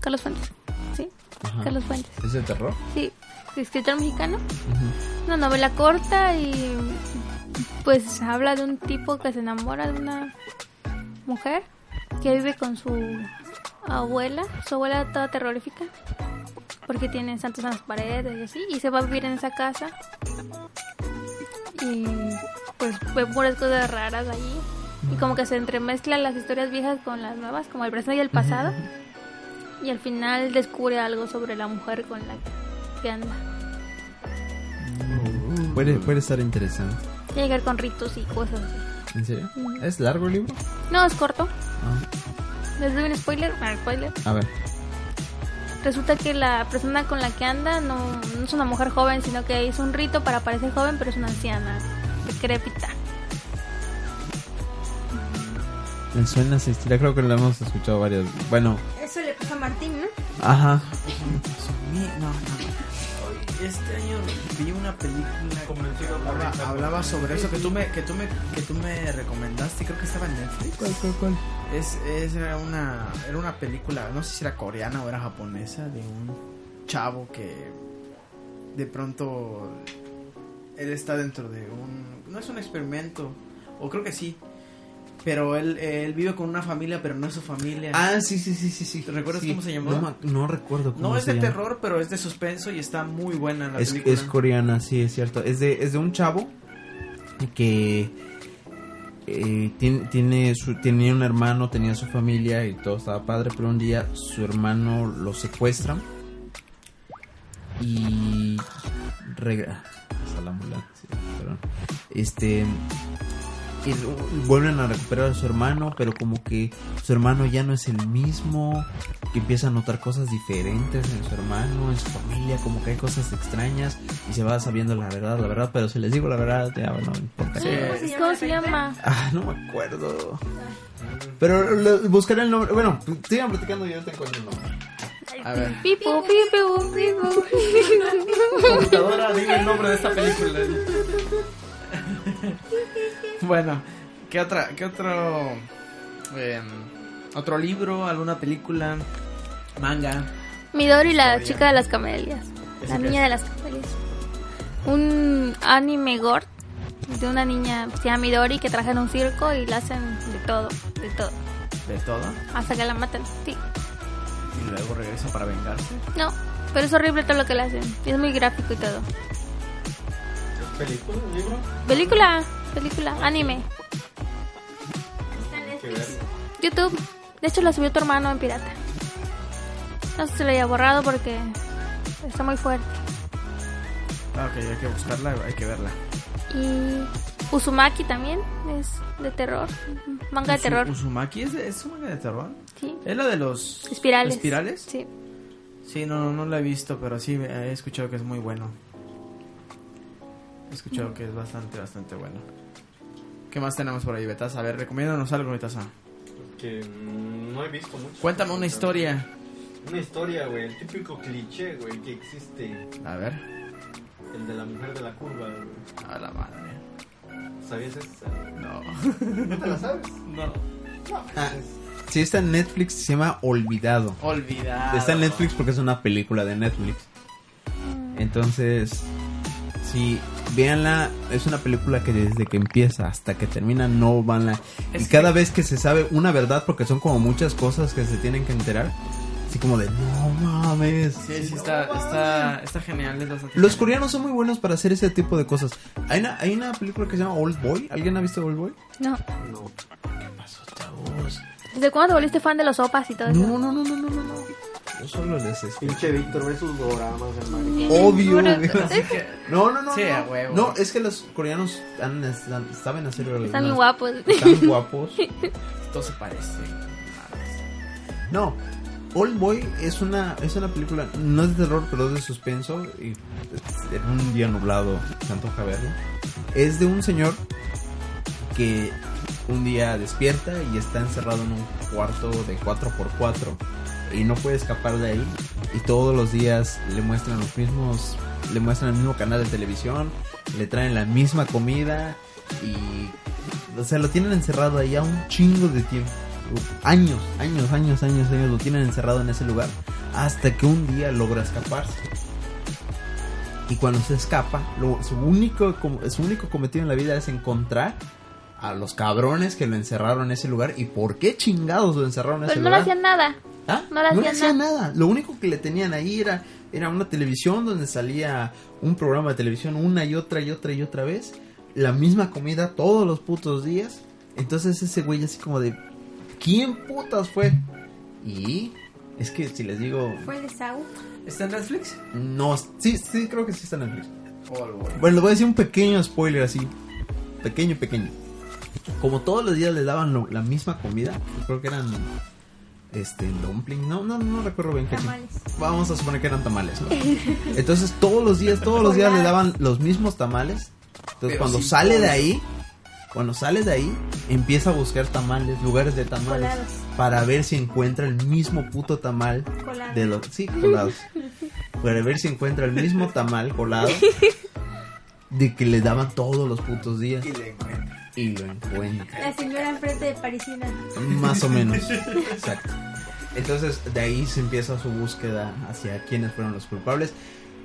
Carlos Fuentes. ¿Sí? Ajá. Carlos Fuentes. ¿Es de terror? Sí, escritor mexicano. Una novela corta y pues habla de un tipo que se enamora de una mujer que vive con su abuela. Su abuela toda terrorífica porque tiene santos en las paredes y así. Y se va a vivir en esa casa. Y pues ve puras cosas raras ahí. Y como que se entremezclan las historias viejas con las nuevas, como el presente y el pasado. Y al final descubre algo sobre la mujer con la que anda. Puede, puede estar interesante. Tiene que ver con ritos y cosas así. ¿En serio? Ujú. ¿Es largo el libro? No, es corto. Ah. les doy un spoiler, bueno, spoiler. A ver. Resulta que la persona con la que anda no, no es una mujer joven, sino que hizo un rito para parecer joven, pero es una anciana, decrépita. Me suena esa historia, creo que la hemos escuchado varias. Bueno, Eso le pasó a Martín, ¿no? ajá. Consumí- No, no, no. Este año vi una película que Convencido por hablaba, Ricardo. hablaba sobre eso que tú me que tú me que tú me recomendaste, creo que estaba en Netflix. Es, es- era una era una película, no sé si era coreana o era japonesa de un chavo que de pronto él está dentro de un no es un experimento o creo que sí. Pero él, él vive con una familia, pero no es su familia. Ah, sí, sí, sí, sí, sí. ¿Te recuerdas Sí. cómo se llamó? No, me ac- no recuerdo cómo No es se de llama. terror, pero es de suspenso y está muy buena la Es, película. es coreana, sí, es cierto. Es de, es de un chavo que eh, tiene, tiene su, tenía un hermano, tenía su familia y todo estaba padre, pero un día su hermano lo secuestran y regresa hasta ah, la ambulancia, perdón. Este y lu- vuelven a recuperar a su hermano, pero como que su hermano ya no es el mismo, que empieza a notar cosas diferentes en su hermano, en su familia, como que hay cosas extrañas y se va sabiendo la verdad, la verdad, pero si les digo la verdad, ya no importa. Sí. se llama ¿Cómo la se película? llama? Ah, no me acuerdo. Pero lo- buscaré el nombre. Bueno, sigan platicando y yo te encuentro el nombre. A ver. Pipo, pipo, pipo. Computadora, dime el nombre de esta película. <laughs> bueno, ¿qué otra, qué otro, em, otro libro, alguna película, manga? Midori, la chica de las camelias. ¿Ese La qué niña de las camelias. Un anime gore de una niña, se llama Midori, que trabaja en un circo y la hacen de todo, de todo. De todo. Hasta que la matan, sí. Y luego regresa para vengarse. No, pero es horrible todo lo que le hacen. Es muy gráfico y todo. ¿Es película, libro? Película, película, anime. Hay que ver. YouTube. De hecho, la subió tu hermano en pirata. No sé si lo haya borrado porque está muy fuerte. Ah, ok, hay que buscarla, hay que verla. Y Uzumaki también es de terror. Manga de Usu- terror. Uzumaki es, de- es un manga de terror. Sí. Es la de los Espirales. ¿Espirales? Sí. Sí, no, no, no la he visto, pero sí eh, he escuchado que es muy bueno. He escuchado que es bastante, bastante bueno. ¿Qué más tenemos por ahí, Betasa? A ver, recomiéndanos algo, Betasa. Que mm, no he visto mucho. Cuéntame una historia. Una historia, güey. El típico cliché, güey, que existe. A ver. El de la mujer de la curva, güey. A la madre. ¿Sabías esa? No. ¿No te la sabes? <laughs> No. Ah, sí, está en Netflix, se llama Olvidado. Olvidado. Está en Netflix porque es una película de Netflix. Entonces, sí, véanla. Es una película que desde que empieza hasta que termina no van a... Es Y que- cada vez que se sabe una verdad, porque son como muchas cosas que se tienen que enterar, así como de, no mames. Sí, sí, está, está, está genial. es bastante Los genial. coreanos son muy buenos para hacer ese tipo de cosas. Hay una, hay una película que se llama Old Boy. ¿Alguien ha visto Old Boy? No. No. ¿Desde cuándo te volviste fan de los sopas y todo eso? No, no, no, no, no, no. no. Yo solo les explico. Pinche Víctor ve sus doramas, hermano. Bien. Obvio. Ahora- Así que- No, no, no. Sí, no. a huevo. No, es que los coreanos han- están- saben hacer Están bien algunas- guapos. <laughs> Pues Están guapos. Todo se parece. Madres. No, Old Boy es una, es una película, no es de terror, pero es de suspenso. Y en un día nublado se antoja verlo. Es de un señor que un día despierta y está encerrado en un cuarto de 4x4 y no puede escapar de ahí. Y todos los días le muestran los mismos, le muestran el mismo canal de televisión, le traen la misma comida y o sea, lo tienen encerrado ahí a un chingo de tiempo. Uf, Años, años, años, años, años lo tienen encerrado en ese lugar. Hasta que un día logra escaparse. Y cuando se escapa, lo- su, único, com- su único cometido en la vida es encontrar a los cabrones que lo encerraron en ese lugar. ¿Y por qué chingados lo encerraron en Pero ese Pues no le lugar? hacían nada. ¿Ah? No le hacían nada. Lo único que le tenían ahí era, era una televisión donde salía un programa de televisión una y otra y otra y otra vez. La misma comida todos los putos días. Entonces ese güey así como de... ¿Quién putas fue? Y... Es que si les digo... Fue el de Saúl. ¿Está en Netflix? No, sí, sí, creo que sí están en Netflix. All boy. Bueno, les voy a decir un pequeño spoiler así. Pequeño, pequeño. Como todos los días les daban lo- la misma comida, creo que eran este, dumpling, no, no, no recuerdo bien qué ching- Tamales. Vamos a suponer que eran tamales, ¿no? Entonces todos los días, todos los días le daban los mismos tamales. Entonces Pero cuando sin sale de pollo. ahí, cuando sale de ahí, empieza a buscar tamales, lugares de tamales, Colados. para ver si encuentra el mismo puto tamal Colados. de los sí colados. Para ver si encuentra el <laughs> mismo tamal colado de que le daban todos los putos días Y le encuentro. y lo encuentra. La señora enfrente de Parisina. Más o menos. Exacto. Entonces, de ahí se empieza su búsqueda hacia quiénes fueron los culpables.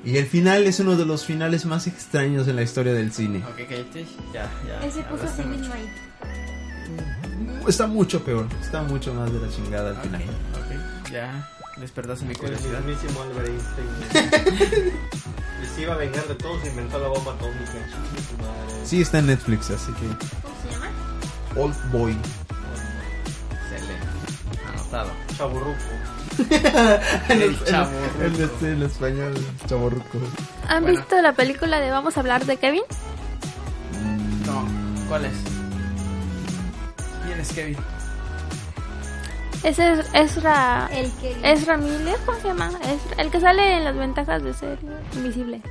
Y el final es uno de los finales más extraños en la historia del cine. Ok, cállate. Ya, ya. Él se puso a hablaste sí mucho. mismo ahí. Está mucho peor, está mucho más de la chingada al Ok, final. ok. Ya despertaste mi Con el curiosidad. mismísimo Albert Einstein. <laughs> y se iba a vengar de todos, inventó la bomba atómica. Chingue su madre. Sí, está en Netflix, así que ¿Cómo se llama? Old Boy. Excelente. <laughs> Anotado. Chaburruco. El chavo. El, este, el español chaborruco. ¿Han Bueno. visto la película de Vamos a hablar de Kevin? No, ¿cuál es? ¿Quién es Kevin? Ese es Ezra. El que. Ezra Miller, ¿cómo se llama? Ezra- el que sale en las ventajas de ser invisible.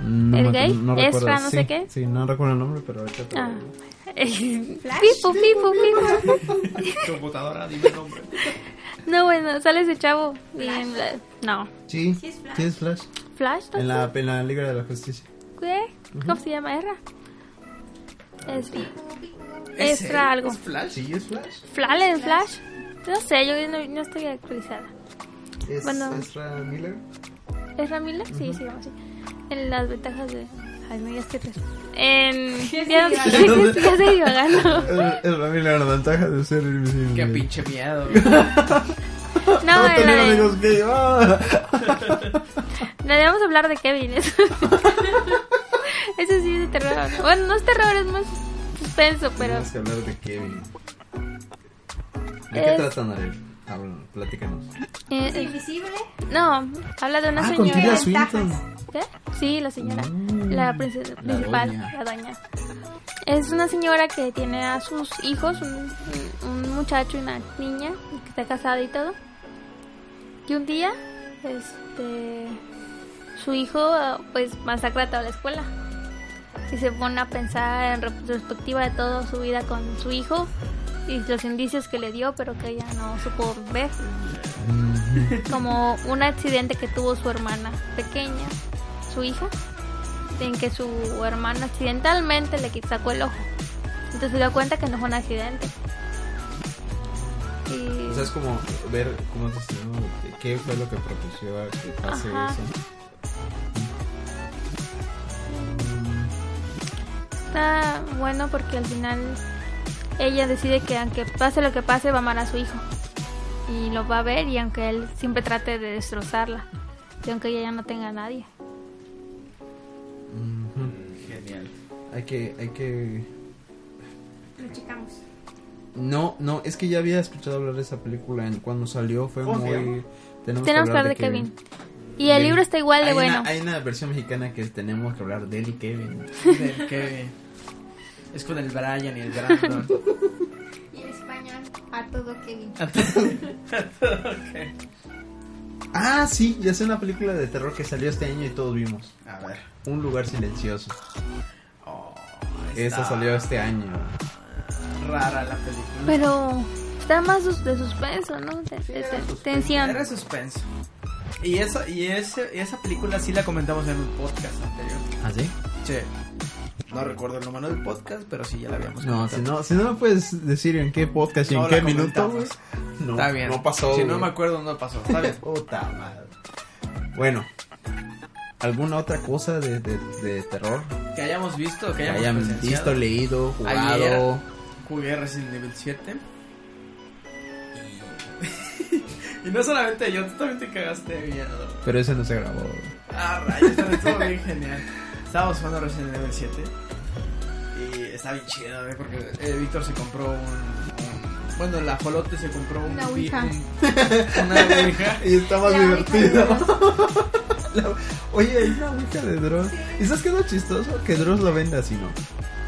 No ¿El me acuerdo, gay? recuerdo. ¿Ezra no Sí, sé qué? Sí, no recuerdo el nombre, pero ahorita te lo Ah. digo. Pipo, pipo, pipo. Computadora, dime el nombre. No, bueno, sale ese chavo. Y en la- no. Sí, Sí, es Flash. sí, es Flash. Flash, ¿no? En la, en la Liga de la <laughs> Justicia. ¿Qué? ¿Cómo se llama? Ezra. Ezra. ¿Es Ezra él? algo. ¿Es Flash? Sí, es Flash. ¿Flash en Flash? No sé, yo no, no estoy actualizada. Es Bueno. Ezra Miller. ¿Ezra Miller? Sí, se llama así. En las ventajas de. Ay, no, ya estoy tres. <laughs> En. Ya, <laughs> ya estoy divagando. Es la mil la ventaja de ser invisible. Qué pinche miedo. No, en la tener de. amigos gay. ah. Le debemos hablar de Kevin. <laughs> Eso, Eso sí es de terror. Bueno, no es terror, es más suspenso, pero <laughs> Tenemos que hablar de Kevin. ¿De qué Es- tratan, Ariel? Hablan, platícanos. eh, Es eh, invisible. no, habla de una ah, con Tilda señora. Swinton. ¿Qué? Sí, la señora, Mm. la princesa La principal, doña. la doña. Es una señora que tiene a sus hijos, un, un muchacho y una niña, y que está casada y todo. Y un día, este, su hijo, ah, pues, masacra a toda la escuela. Y se pone a pensar en retrospectiva de toda su vida con su hijo y los indicios que le dio, pero que ella no supo ver como un accidente que tuvo su hermana pequeña, su hija, en que su hermana accidentalmente le qui- sacó el ojo. Entonces se dio cuenta que no fue un accidente. Y... O sea, es como ver cómo se estrenó, qué fue lo que propició a que pase Ajá. eso. Está bueno porque al final ella decide que aunque pase lo que pase va a amar a su hijo y lo va a ver y aunque él siempre trate de destrozarla y aunque ella ya no tenga a nadie. Ujú. Genial. Hay que, hay que... Lo checamos. No, no, es que ya había escuchado hablar de esa película en cuando salió, fue ¿Cómo se muy... Tenemos, Tenemos que hablar de Kevin. Y el Del- libro está igual de hay bueno. Una, hay una versión mexicana que tenemos que hablar de él y Kevin. Del Kevin. Es con el Brian y el Brandon. Y en español, a todo Kevin. ok. Ah, sí, ya sé una película de terror que salió este año y todos vimos. <laughs> A ver. Un lugar silencioso. Oh, Esa está salió este año. Rara la película. Pero está más sus- de suspenso, ¿no? De, de- de- tensión. Era suspenso. Y esa, y ese, esa película sí la comentamos en un podcast anterior. ¿Ah, sí? Che. No recuerdo el número del podcast, pero sí ya la habíamos No, si comentado. no, si no me puedes decir en qué podcast y No en qué la minuto, güey. comentamos. No, Está bien. no pasó. Si no güey. me acuerdo, no pasó. Está bien. Puta madre. Bueno, ¿alguna otra cosa de, de, de terror? Que hayamos visto, que Que hayamos hayan presenciado. visto, leído, jugado. Jugué Resident Evil 7. Y... <laughs> y no solamente yo, tú también te cagaste de miedo. Pero ese no se grabó. güey. Ah, rayos, pero estuvo <laughs> bien genial. Estábamos jugando Resident Evil 7. Y está bien chido, güey, porque eh, Víctor se compró un, un- Bueno, la Jolote se compró un. Una vi- ouija. un- <laughs> una ouija. Y está más La ouija de divertido. Dross. La- oye, hay una Ouija de Dross. ¿Y sabes qué es lo chistoso? Que Dross la vende así, ¿no?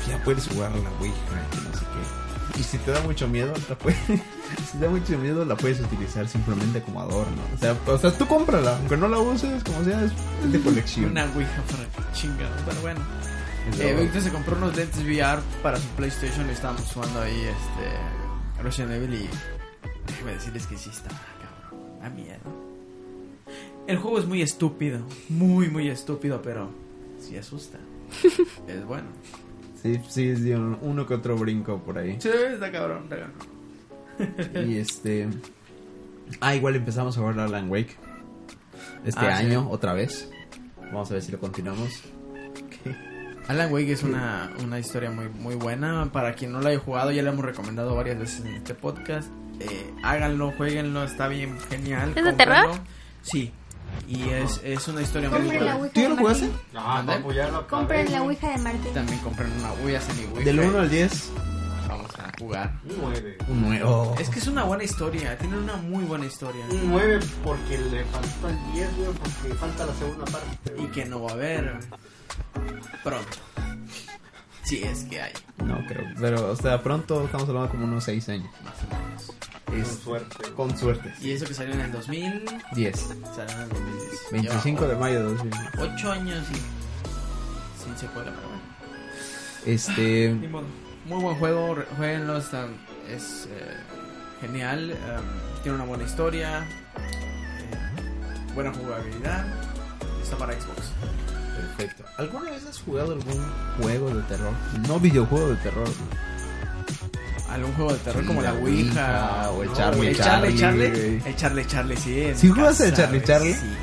Ya puedes jugar a la Ouija, que no sé qué. Y si te da mucho miedo, la puedes, <laughs> si te da mucho miedo, la puedes utilizar simplemente como adorno. O sea, o sea, tú cómprala, aunque no la uses, como sea, es es de colección. Una ouija para chingado, pero bueno. Es Eh, la- Víctor se compró unos lentes VR para su PlayStation y estábamos jugando ahí este Resident Evil y déjeme decirles que sí está cabrón, a mierda. El juego es muy estúpido, muy muy estúpido, pero sí asusta. es bueno. Sí, sí, es de un- uno que otro brinco por ahí. Sí, está cabrón, está cabrón. Y este. Ah, igual empezamos a jugar Alan Wake. Este Ah, sí. año, otra vez. Vamos a ver si lo continuamos. Alan Wake es una, una historia muy, muy buena. Para quien no la haya jugado, ya la hemos recomendado varias veces en este podcast. Eh, háganlo, jueguenlo, está bien genial. ¿Es de cómprenlo. terror? Sí. Y es, es una historia muy Compren buena. la Ouija de Martín. Ah, no, pues ya lo Compren la acabé. Ouija de Martín. También compren una Ouija semi Ouija. Del 1 al 10, Vamos a jugar. Un 9. un 9. Es que es una buena historia, tiene una muy buena historia. Un 9 porque le faltó el 10, güey, porque falta la segunda parte. Y güey. que no va a haber pronto. Si es que hay, No creo. Pero, o sea, pronto estamos hablando como unos 6 años. más o menos. Con Es- suerte. con suerte. Y eso que salió en el 2000, 10. salió en el 2010. 25 de mayo de 2000. 8 años y sin secuela, pero bueno. Este. Ni modo. Muy buen juego, re- jueguenlo, está- es eh, genial, em, tiene una buena historia, eh, buena jugabilidad, está para Xbox. Perfecto. ¿Alguna vez has jugado algún juego de terror? No videojuego de terror. Algún juego de terror Sí, como la la Ouija Ouija, o el ¿no? Charlie, el Charlie, Charlie, Charlie. güey. El Charlie, Charlie, sí. en ¿Sí jugaste casa, el Charlie, güey, Charlie? Sí.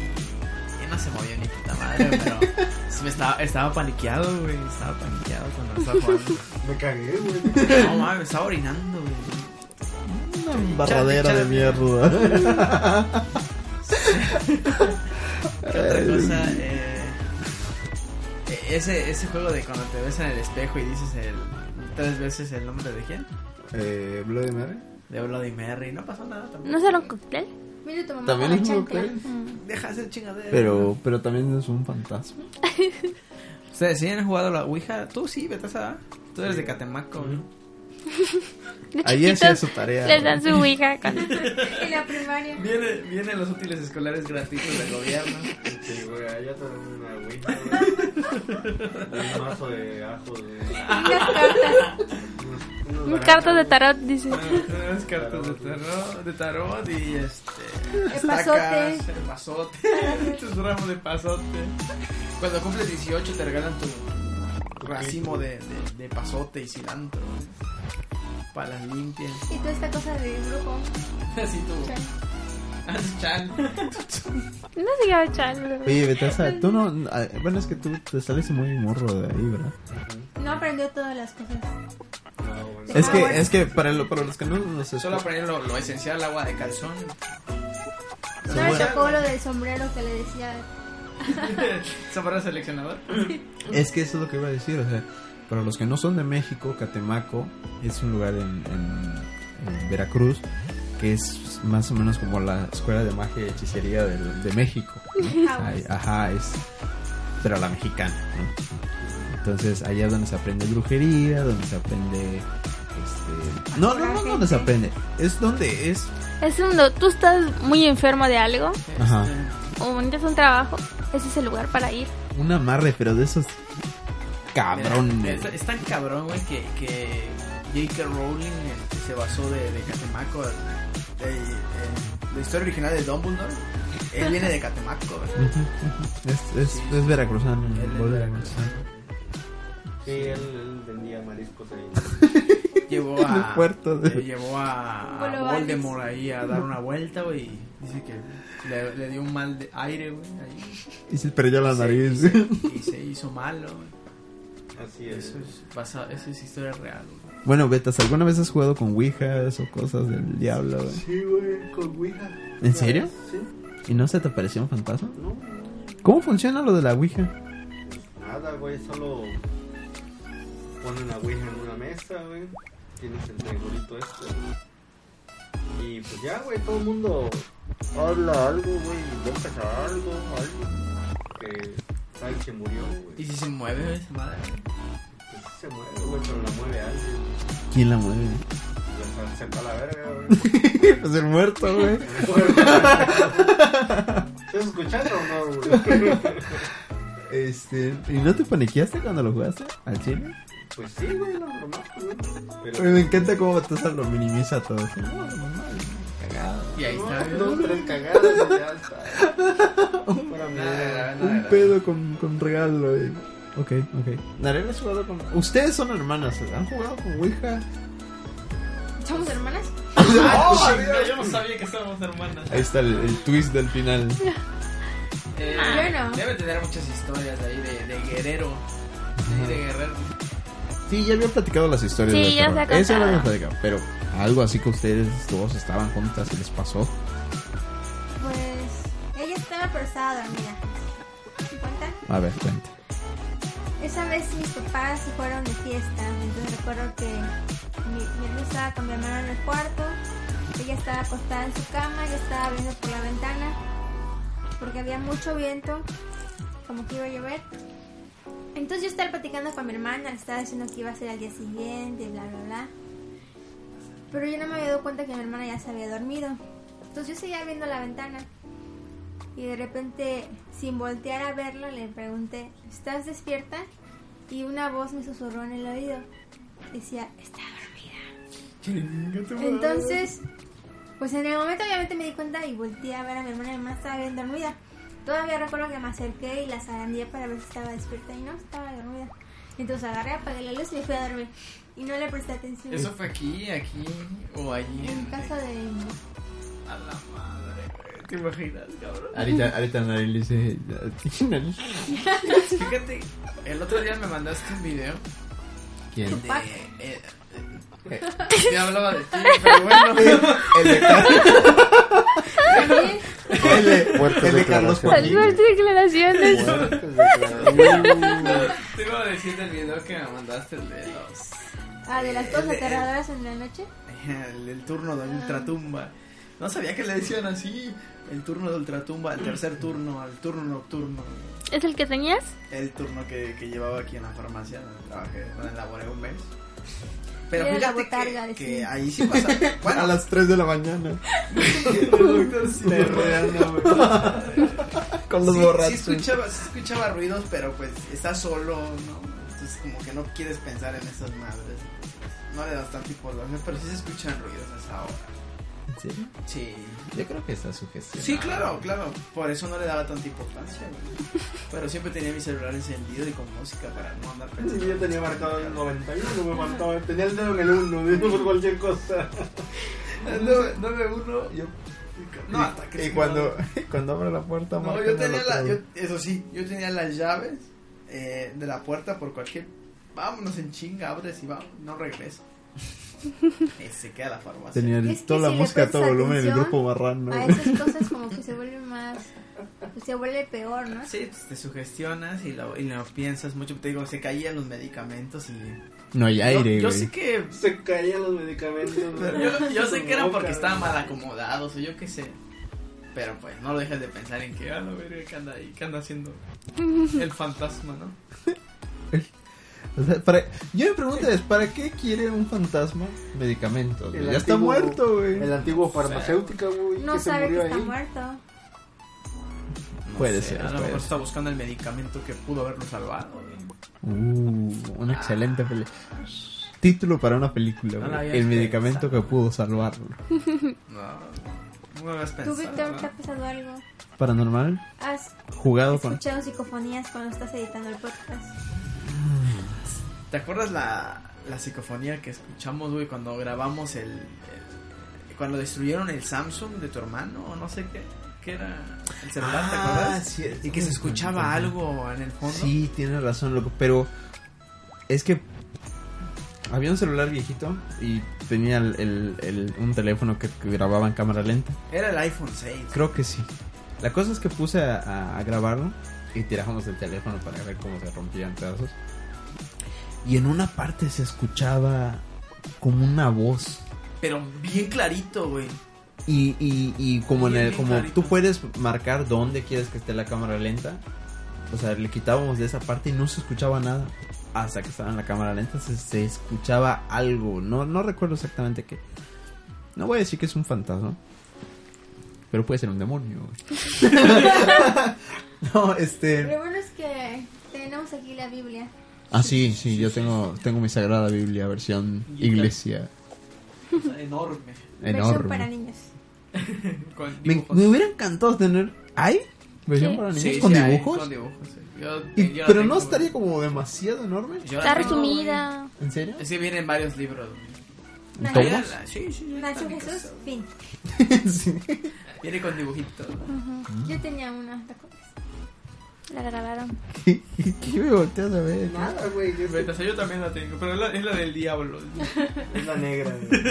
Yo no se movió ni puta madre, pero <laughs> sí me estaba, estaba paniqueado, güey. Estaba paniqueado cuando estaba <laughs> jugando. Me cagué, güey. No mames, me estaba orinando, güey. Una barradera de mierda. ¿Qué otra cosa? Eh, ese, ese juego de cuando te ves en el espejo y dices el, tres veces el nombre de quién? eh, Bloody Mary. De Bloody Mary. No pasó nada también. ¿No será un cóctel? Mira tu mamá También con es la un chancla. cóctel. Mm. Deja de ser chingadera. Pero, pero también es un fantasma. ¿Ustedes sí han jugado la Ouija? Tú sí, Betasa. Tú eres de Catemaco, ¿no? De Ahí hacía chiquitos su tarea. les dan su ouija. con- ¿eh? <laughs> En la primaria. Viene, vienen los útiles escolares gratuitos del gobierno. Sí, güey, allá tengo una ouija, <laughs> güey. Y Un mazo de ajos, güey. Unas cartas. Unos- unos Mis barajas, cartas de güey. tarot, dice. Unas cartas de tarot, de tarot y este. El pasote. estacas, El pasote. <laughs> Tus ramos de pasote. Cuando cumples 18 te regalan tu, tu racimo de, de- de pasote y cilantro. Para las limpias. <laughs> Y toda esta cosa de brujo. Así tú. Haz chan. No se llama Charles. Oye, Betasa, tú no. ah, Bueno, es que tú te sales muy morro de ahí, ¿verdad? No aprendió todas las cosas. No, güey. Es que, Ah, bueno. es que para, lo- para los que no nos Solo escuchan. aprender lo, lo esencial: agua de <laughs> calzón. No le tocó lo del sombrero que le decía. Sombrero seleccionador. Es que eso es lo que iba a decir, o sea, para los que no son de México, Catemaco es un lugar en, en- en Veracruz que es más o menos como la escuela de magia y hechicería del- de, México. <laughs> ¿no? Ah, Ay, ajá, es pero la mexicana, ¿no? Entonces allá es donde se aprende brujería, donde se aprende este no, no, no, no donde se aprende, es donde es Es cuando tú estás muy enfermo de algo Ajá. Este, o necesitas un trabajo, ese es el lugar para ir. un amarre, pero de esos Mira, cabrones. Es, es tan cabrón, güey, que, que J.K. Rowling eh, se basó de, de Catemaco. de- de- de la historia original de Dumbledore. Él viene de Catemaco, güey. Ujú, ujú. Es, es, es veracruzano. Él es voy de veracruzano. Sí, él, él vendía mariscos ahí. Llevó <laughs> En el a. puerto de- eh, Llevó a, Bueno, a vale. Voldemort ahí a dar una vuelta, güey. y Dice que le, le dio un mal de aire, güey. ahí, Y se perdió la Sí, nariz. Y se hizo malo, güey. Así es. Eso es, basa- eso es historia real, güey. <laughs> Bueno, Betas, ¿alguna vez has jugado con Ouijas o cosas del diablo? güey? Sí, güey, con Ouija. ¿En serio? Sí. ¿Y no se te apareció un fantasma? No, no, ¿Cómo funciona lo de la Ouija? nada, güey, solo ponen la Ouija en una mesa, güey. Tienes el triangulito este. güey. Y pues ya, güey, todo el mundo habla algo, güey, invocas a algo, algo que saben que murió, Y güey. si se mueve, güey, esa madre. Pues sí se mueve, güey, pero la mueve alguien. ¿Quién la mueve? <laughs> sentó a la verga, güey. Pues el muerto, güey. ¿Estás escuchando o no, güey? Este, ¿y no te paniqueaste cuando lo jugaste al chile? Pues sí, güey, lo normal, güey. Pero Me encanta cómo Batosa lo minimiza todo. Así, No, normal, cagado. Y ahí está. Una, dos, tres cagadas y ya está. Fuera mierda. Un pedo con, con regalo, eh. güey. Ok, ok. Narela has jugado con. Ustedes son hermanas, ¿eh? ¿han jugado con <laughs> Ouija? ¿Somos hermanas? Oh, Mira, yo no sabía que somos hermanas. Ahí está el, el twist del final. Eh, Ah, no. Debe tener muchas historias de ahí de, de guerrero. Sí, de guerrero. Sí, ya había platicado las historias. Sí, de ya terror. se ha contado. Eso lo había platicado, pero algo así que ustedes dos estaban juntas y les pasó. Pues ella estaba pero estaba dormida. ¿Se cuenta? A ver, cuenta. Esa vez mis papás se fueron de fiesta, entonces recuerdo que mi, mi hermano estaba con mi hermana en el cuarto, ella estaba acostada en su cama, yo estaba viendo por la ventana, porque había mucho viento, como que iba a llover. Entonces yo estaba platicando con mi hermana, le estaba diciendo que iba a ser al día siguiente, bla, bla, bla. Pero yo no me había dado cuenta que mi hermana ya se había dormido. Entonces yo seguía viendo la ventana. Y de repente, sin voltear a verlo, le pregunté, ¿estás despierta? Y una voz me susurró en el oído. Decía, está dormida. Entonces, pues en el momento obviamente me di cuenta y volteé a ver a mi hermana y mi mamá estaba bien dormida. Todavía recuerdo que me acerqué y la zarandeé para ver si estaba despierta y no, estaba dormida. Entonces agarré, apagué la luz y me fui a dormir. Y no le presté atención. Eso fue aquí, aquí o allí. En casa de... A la madre, güey. ¿Te imaginas, cabrón? Ahorita, ahorita Narela dice. Fíjate, el otro día me mandaste un video. <laughs> ¿Quién? de- Paco. eh, eh, ya hablaba de ti, pero <laughs> bueno. El de, Car- También, el de- el de Carlos Las Joaquín. fuertes declaraciones. Fuertes declaraciones. Te iba a decir del video que me mandaste, el de los. ah, de las cosas aterradoras en la noche. El, el turno de ultratumba. No sabía que le decían así. El turno de ultratumba, el tercer turno, al turno nocturno. ¿Es el que tenías? El turno que, que llevaba aquí en la farmacia, donde trabajé, donde elaboré un mes. Pero Era la fíjate botarga, que, decía. que ahí sí <laughs> pasa. A Bueno, las 3 de la mañana. Con los sí, borrachos. Sí escuchaba, sí escuchaba ruidos, pero pues estás solo, ¿no? Entonces como que no quieres pensar en esas madres. entonces, No le das tanta importancia, pero sí se escuchan ruidos a esa hora. ¿En serio? Sí. Yo creo que está sugestionado. Sí, claro, claro. Por eso no le daba tanta importancia, güey. Pero siempre tenía mi celular encendido y con música para no andar Sí, pensando. yo tenía marcado el 91, me faltaba. Tenía el dedo en el 1, digo, por cualquier cosa. 9-1, yo... No, hasta que... Y cuando, <laughs> cuando abre la puerta, No, marcan yo al tenía otro. la, yo- eso sí, yo tenía las llaves eh, de la puerta por cualquier. Vámonos en chinga, abres y vamos, no regreso. <laughs> Eh, se queda la farmacia. Tenía el- Es que toda la si le música a todo prestas volumen en el atención grupo marrano. <laughs> a esas cosas como que se vuelve más pues, se vuelve peor no Sí, pues, te sugestionas y lo, y lo piensas mucho. Te digo, se caían los medicamentos y. No hay Yo, aire, yo güey. sé que. Se caían los medicamentos. pero Yo, yo sé que era porque estaban mal acomodados o yo qué sé. Pero pues no dejas de pensar en que, ah, no, verga, ¿qué anda ahí? ¿Qué anda <laughs> haciendo el fantasma, no? O sea, para- Yo me pregunto es, ¿para qué quiere un fantasma medicamentos? güey? El Ya está antiguo- muerto, güey. El antiguo farmacéutico, güey. no que se sabe que murió está ahí. muerto No Puede sé, ser, A lo puede mejor ser. está buscando el medicamento que pudo haberlo salvado. güey. Uh, una excelente película. Título para una No película, la güey. había El medicamento que pensado. pudo salvarlo. No, no me habías tú pensado. Víctor te ha ¿no? pasado algo Paranormal, has jugado con... escuchado psicofonías cuando estás editando el podcast ¿Te acuerdas la, la psicofonía que escuchamos, güey, cuando grabamos el, el- Cuando destruyeron el Samsung de tu hermano o no sé qué? ¿Qué era? ¿El celular, te acuerdas? Ah, cierto. Y que se escuchaba algo en el fondo. Sí, tienes razón, loco. Pero es que había un celular viejito y tenía el- el- el- un teléfono que, que grababa en cámara lenta. Era el iPhone 6. Creo que sí. La cosa es que puse a, a- a grabarlo y tiramos el teléfono para ver cómo se rompían pedazos. Y en una parte se escuchaba como una voz. Pero bien clarito, güey. Y, y, y como, en Bien, el, bien como clarito. tú puedes marcar dónde quieres que esté la cámara lenta, o sea, le quitábamos de esa parte y no se escuchaba nada. Hasta que estaba en la cámara lenta se, se escuchaba algo, no, no recuerdo exactamente qué. No voy a decir que es un fantasma. Pero puede ser un demonio. <laughs> no, este. Lo bueno es que tenemos aquí la Biblia. Ah, sí, sí, yo tengo, tengo mi sagrada Biblia, versión iglesia. Enorme. Versión para Enorme. niños. Con Me, dibujos. me hubiera encantado tener. ¿Hay? ¿Versión Sí. para niños Sí, con sí hay, dibujos? Con dibujos, sí. Yo- Y- yo la pero tengo, no güey. estaría como demasiado enorme. Yo la Está tengo, güey. resumida. ¿En serio? Es que vienen varios libros. güey. ¿En ¿Tomos? Viene la- Sí, sí, sí. está Nació en mi Jesús, casa, güey. fin. Sí. Viene con dibujitos. Yo tenía una, ¿te acuerdas? La grabaron. <laughs> ¿Qué, qué- qué me volteas a ver? Nada, Ah, güey. es- Vete, o sea, yo también la tengo, pero es la, es la del diablo. Mm. Es la negra. güey.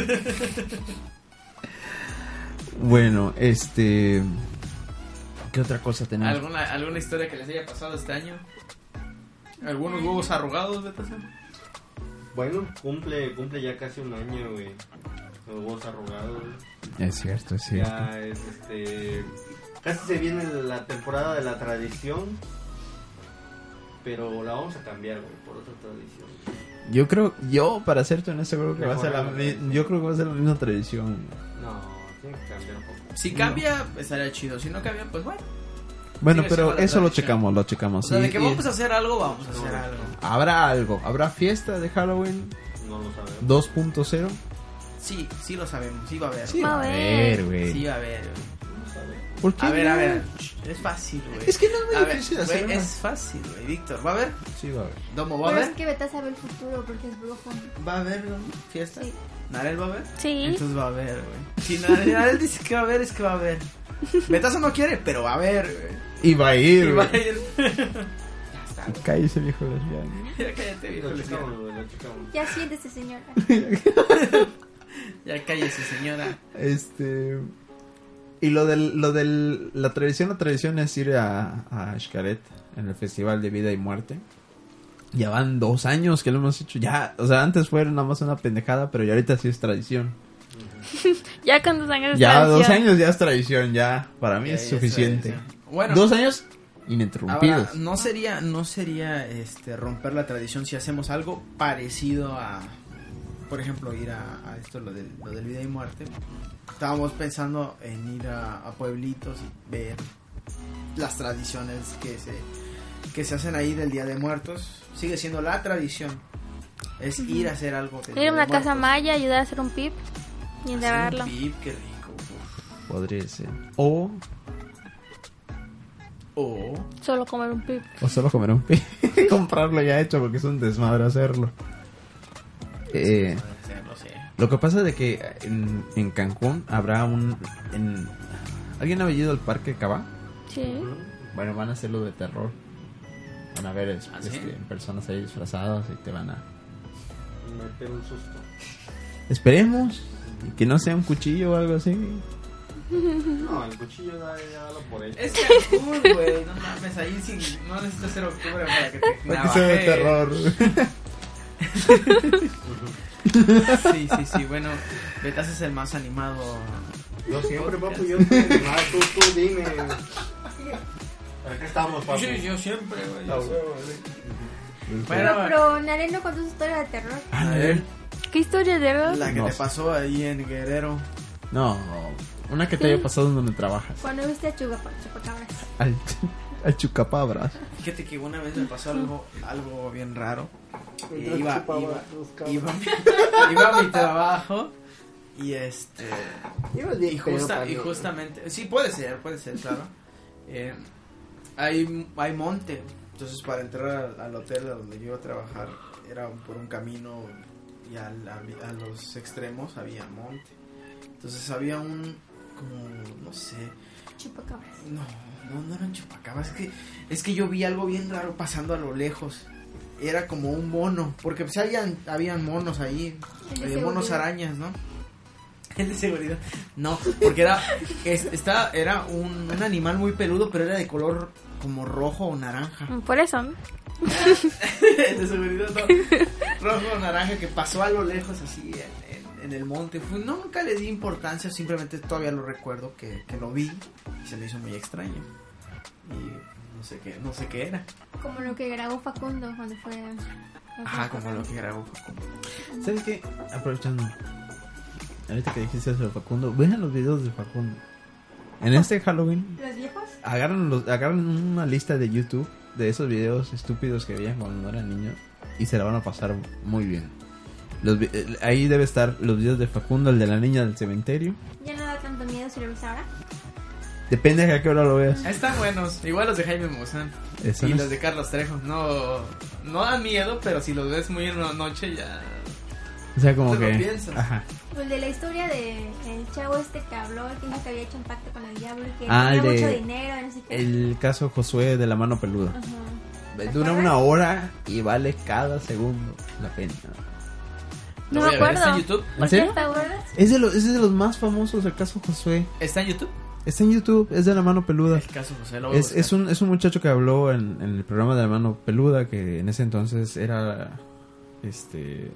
Bueno, este. ¿Qué otra cosa tenemos? ¿Alguna, ¿Alguna historia que les haya pasado este año? ¿Algunos huevos arrugados, Betaza? Bueno, cumple, cumple ya casi un año, güey. Los huevos arrugados. güey. Es cierto, es cierto. Ya es este. Casi se viene la temporada de la tradición. Pero la vamos a cambiar, güey, por otra tradición. Yo creo, yo para serte honesto, creo que va a ser la, Mejor mi- la- yo creo que va a ser la misma tradición. No, tiene que cambiar un poco. Si cambia, estaría chido. Si no cambia, pues bueno. Bueno, Sigue pero siendo la eso lo tradición. checamos, lo O checamos. sea, Y- de que y- vamos a hacer algo, vamos a hacer algo. Habrá algo, habrá fiesta de Halloween No lo sabemos. 2.0. Sí, sí lo sabemos. Sí va a haber. Sí, Sí, Va a a haber. ver, güey. va a haber. güey. ¿Por qué A ver, a no? ver. Shh, Es fácil, güey. Es que no es muy A ver, difícil hacer güey, una- es fácil, güey. Víctor, ¿va a haber? Sí, va a haber. ¿Domo va a Pero es haber? que Betas sabe el futuro porque es brujo. ¿Va a haber Domo? fiesta? Sí. ¿Narel va a haber? Sí. Entonces va a haber, güey. Si Narel, Narel dice que va a haber, es que va a haber. Betazo no quiere, pero va a haber, güey. Y va a Y ir, va güey. a ir. <laughs> Ya está, güey. Cállese, viejo lesbiano. Ya cállate, Sí, viejo lo lesbiano. checamos, güey, lo checamos. Ya <laughs> siéntese, señora. Ya cállese, señora. Este. Y lo del, lo del, la tradición, la tradición es ir a, a Xcaret en el Festival de Vida y Muerte. Ya van dos años que lo hemos hecho. Ya, o sea, antes fue nada más una pendejada, pero ya ahorita sí es tradición. Ya con tus años de Ya dos tradición. años ya es tradición, ya. Para mí Ya, es ya, suficiente. ya, ya. Bueno. dos años Ahora, ininterrumpidos. no sería, no sería este, romper la tradición si hacemos algo parecido a, por ejemplo, ir a, a esto, lo del, lo del vida y muerte. Estábamos pensando en ir a, a pueblitos y ver las tradiciones que se, que se hacen ahí del Día de Muertos. Sigue siendo la tradición. Es ir a hacer algo. del Ir Día a una de casa Muertos. maya, ayudar a hacer un pip y Hacer pues. un enterrarlo. pip, qué rico. uf. Podría ser. O, O Solo comer un pip. o solo comer un <laughs> pi. Comprarlo ya hecho porque es un desmadre hacerlo. Eh. o sea, no sé. Lo que pasa es de que eh, en, en Cancún habrá un... en- ¿Alguien ha ido al Parque Cabá? Sí. Bueno, van a hacerlo de terror. Van a ver es- ¿Ah, sí? este, personas ahí disfrazadas y te van a... Meter un susto. Esperemos que no sea un cuchillo o algo así. No, el cuchillo da, ya lo por hecho. Es Cancún, güey. No mames, ahí sin, no necesitas ser octubre para que te Para que sea de navajes. terror. Sí, sí, sí. Bueno, Betas es el más animado. Yo siempre, papu, <laughs> yo soy animal, tú, tú dime. Acá estamos, papu. siempre, güey. yo soy- Bueno, Ah. No, pero Nare no contó su historia de terror. A ver. ¿Qué historia de verdad? la que No te sé. pasó ahí en Guerrero. No, una que te haya pasado en donde trabajas. Cuando viste a Chuga, chupacabras. Al, al chucapabras. Fíjate que una vez me pasó algo, algo bien raro. Eh, Yo iba, chupaba iba, los cabros. iba, <laughs> iba a mi trabajo y este. Ibas bien Y, pedo, justa- y papu. justamente. Sí, puede ser, puede ser, claro. Eh, hay, hay monte. Entonces, para entrar al, al hotel a donde yo iba a trabajar, era por un camino y al- a, a los extremos había monte. Entonces, había un. Como, no sé. Chupacabras. No, no, no eran chupacabras. Es que, es que yo vi algo bien raro pasando a lo lejos. Era como un mono, porque pues habían, habían monos ahí, El de eh, monos seguridad. arañas, ¿no? <laughs> El de seguridad. No, porque era, es- estaba- era un, un animal muy peludo, pero era de color como rojo o naranja. <laughs> Mm, Por eso, ¿no? El de seguridad, no. Rojo o naranja que pasó a lo lejos así en, en- en el monte. Fue- nunca le di importancia, simplemente todavía lo recuerdo que, que lo vi y se me hizo muy extraño. Y no sé qué, no sé qué era. Como lo que grabó Facundo cuando fue. Ajá, como lo que grabó Facundo. ¿Sabes qué? Aprovechando. ahorita que dijiste eso de Facundo, vean los videos de Facundo. En este Halloween, ¿Los viejos? agarran, los, agarran una lista de YouTube de esos videos estúpidos que veían cuando eran niños y se la van a pasar muy bien. Los vi- eh, ahí debe estar los videos de Facundo, el de la niña del cementerio. Ya no da tanto miedo si lo ves ahora. Depende de a qué hora lo veas. Eh, Están buenos. Igual los de Jaime Maussan. Eso Y no los es- de Carlos Trejo. No, no dan miedo, pero si los ves muy en la noche ya. O sea, como Te lo que... piensas. Ajá. O El de la historia de el chavo este que habló, que dijo que había hecho un pacto con el diablo y que Ah, tenía el de- mucho dinero, no sé qué. El caso Josué de la mano peluda. Ah, Eh, Ajá. Dura una hora y vale cada segundo la pena. Lo voy No me a ver. acuerdo. ¿Está en YouTube? ¿En serio? ¿Te acuerdas? Es de, los, es de los más famosos, el caso Josué. ¿Está en YouTube? Está en YouTube, es de la mano peluda. El caso José lo voy a Es, buscar. es, un, es un muchacho que habló en, en el programa de la mano peluda, que en ese entonces era... Este...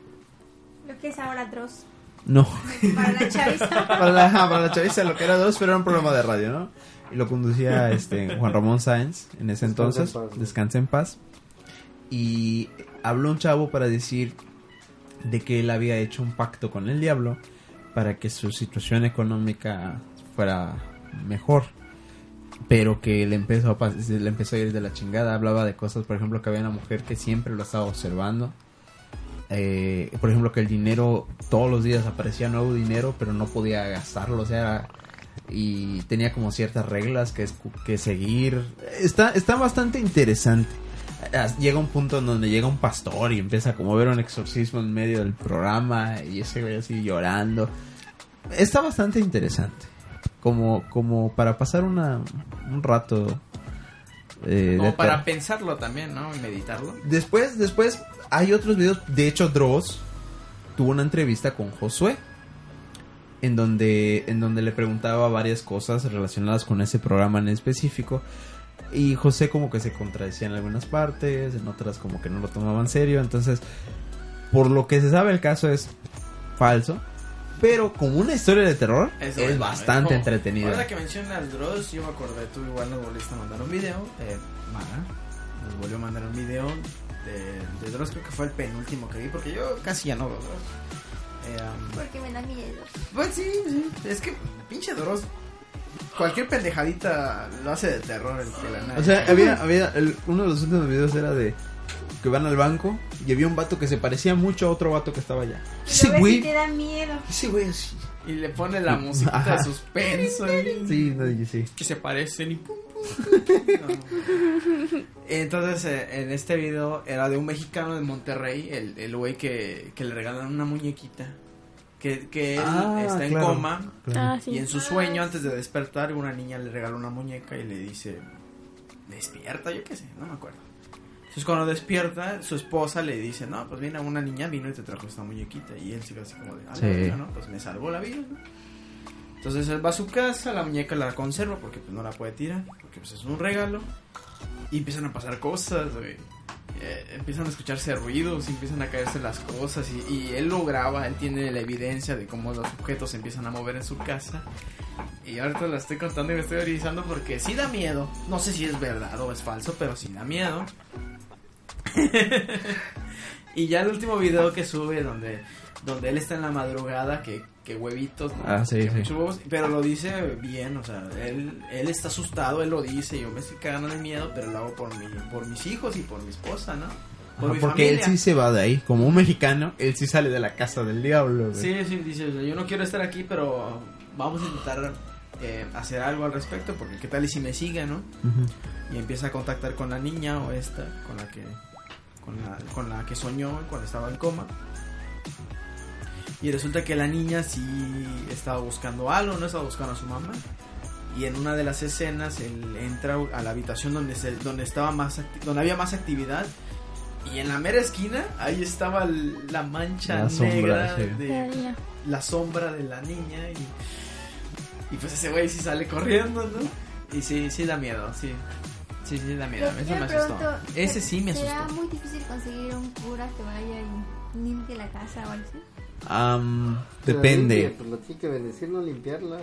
Lo que es ahora Dross. No. Para <laughs> la chaviza. para, la, ajá, para la chaviza, lo que era dos, pero era un programa de radio, ¿no? Y lo conducía este, Juan Ramón Sáenz en ese Descansa entonces, en paz, ¿no? Descansa en paz. Y habló un chavo para decir de que él había hecho un pacto con el diablo para que su situación económica fuera mejor. Pero que le empezó, a, pas- le empezó a ir de la chingada. Hablaba de cosas, por ejemplo, que había una mujer que siempre lo estaba observando eh, por ejemplo, que el dinero, todos los días aparecía nuevo dinero, pero no podía gastarlo, o sea, y tenía como ciertas reglas que, escu- que seguir. Está, está bastante interesante. Ah, Llega un punto en donde llega un pastor y empieza como a ver un exorcismo en medio del programa y ese güey así llorando. Está bastante interesante. Como, como para pasar una, un rato. eh, de Como para ter- pensarlo también, ¿no? Y meditarlo. Después, después hay otros videos. De hecho, Dross tuvo una entrevista con Josué. En donde, en donde le preguntaba varias cosas relacionadas con ese programa en específico. Y José como que se contradecía en algunas partes, en otras como que no lo tomaba en serio. Entonces, por lo que se sabe el caso es falso. Pero como una historia de terror, es, Eso, bueno, ¿eh? bastante como- entretenida. Ahora que mencionas Dross, yo me acordé, tú igual nos volviste a mandar un video. Eh, Mara nos volvió a mandar un video de, de Dross, creo que fue el penúltimo que vi, porque yo casi ya no veo Dross. Eh, um, Porque me da miedo. pues sí, sí, es que pinche Dross. Cualquier pendejadita lo hace de terror el que la nada. O sea, había, había el- uno de los últimos videos era de que van al banco y había un vato que se parecía mucho a otro vato que estaba allá. Y Sí, lo ves y güey. te da miedo. Sí, güey, sí. y le pone la música Ajá. de suspenso. y- Sí, no, y sí. que se parecen y pum, pum, pum. <laughs> Entonces, eh, en este video era de un mexicano de Monterrey, el, el güey que, que le regalan una muñequita. Que, que él Ah, está en claro. coma Ah, sí. y en su sueño, antes de despertar, una niña le regala una muñeca y le dice: Despierta, yo qué sé, no me acuerdo. Entonces, cuando despierta, su esposa le dice: No, pues mira, una niña vino y te trajo esta muñequita. Y él se queda así como de: Ah, Sí. no, no, pues me salvó la vida. ¿no?". Entonces, él va a su casa, la muñeca la conserva porque pues, no la puede tirar, porque pues, es un regalo. Y empiezan a pasar cosas, güey. Eh, empiezan a escucharse ruidos, y empiezan a caerse las cosas y, y él lo graba, él tiene la evidencia de cómo los objetos se empiezan a mover en su casa. Y ahorita la estoy contando y me estoy orizando porque sí da miedo. No sé si es verdad o es falso, pero sí da miedo. <laughs> y ya el último video que sube donde donde él está en la madrugada, que, que huevitos, ¿no? Ah, sí, Que sí. muchos huevos, pero lo dice bien, o sea, él, él está asustado, él lo dice, yo me estoy cagando de miedo, pero lo hago por, mi, por mis hijos y por mi esposa, ¿no? Por mi porque él familia. sí se va de ahí. Como un mexicano, él sí sale de la casa del diablo. güey. Sí, sí, dice, o sea, yo no quiero estar aquí, pero vamos a intentar eh, hacer algo al respecto, porque qué tal y si me sigue, ¿no? Ujú. Y empieza a contactar con la niña o esta, con la que, con la, con la que soñó cuando estaba en coma. Y resulta que la niña sí estaba buscando algo, no estaba buscando a su mamá. Y en una de las escenas él entra a la habitación donde se, donde estaba más acti- donde había más actividad y en la mera esquina ahí estaba el- la mancha La sombra, negra sí. de, Ya, ya. la sombra de la niña y, y pues ese güey sí sale corriendo, ¿no? Y sí, sí da miedo, sí. Sí, sí da miedo, Pero eso yo me asustó. pregunto, Ese sí me Será asustó. muy difícil conseguir un cura que vaya y limpie la casa o algo así. Am, Pero limpia, depende. Pues lo tiene que bendecir, no limpiarla.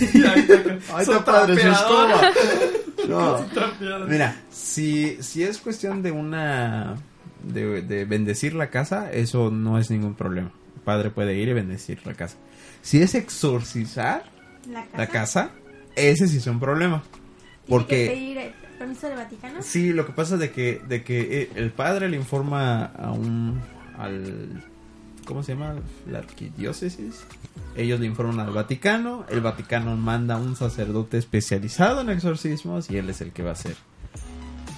Ay, Su está padre, su trapeador. escoba. <laughs> No. Mira, si, si es cuestión de una. De, de bendecir la casa, eso no es ningún problema. El padre puede ir y bendecir la casa. Si es exorcizar La casa. la casa, ese sí es un problema. Porque... Tiene que pedir eh, permiso del Vaticano. Sí, lo que pasa es de que, de que eh, el padre le informa a un al ¿cómo se llama? la arquidiócesis. Ellos le informan al Vaticano, el Vaticano manda un sacerdote especializado en exorcismos y él es el que va a hacer.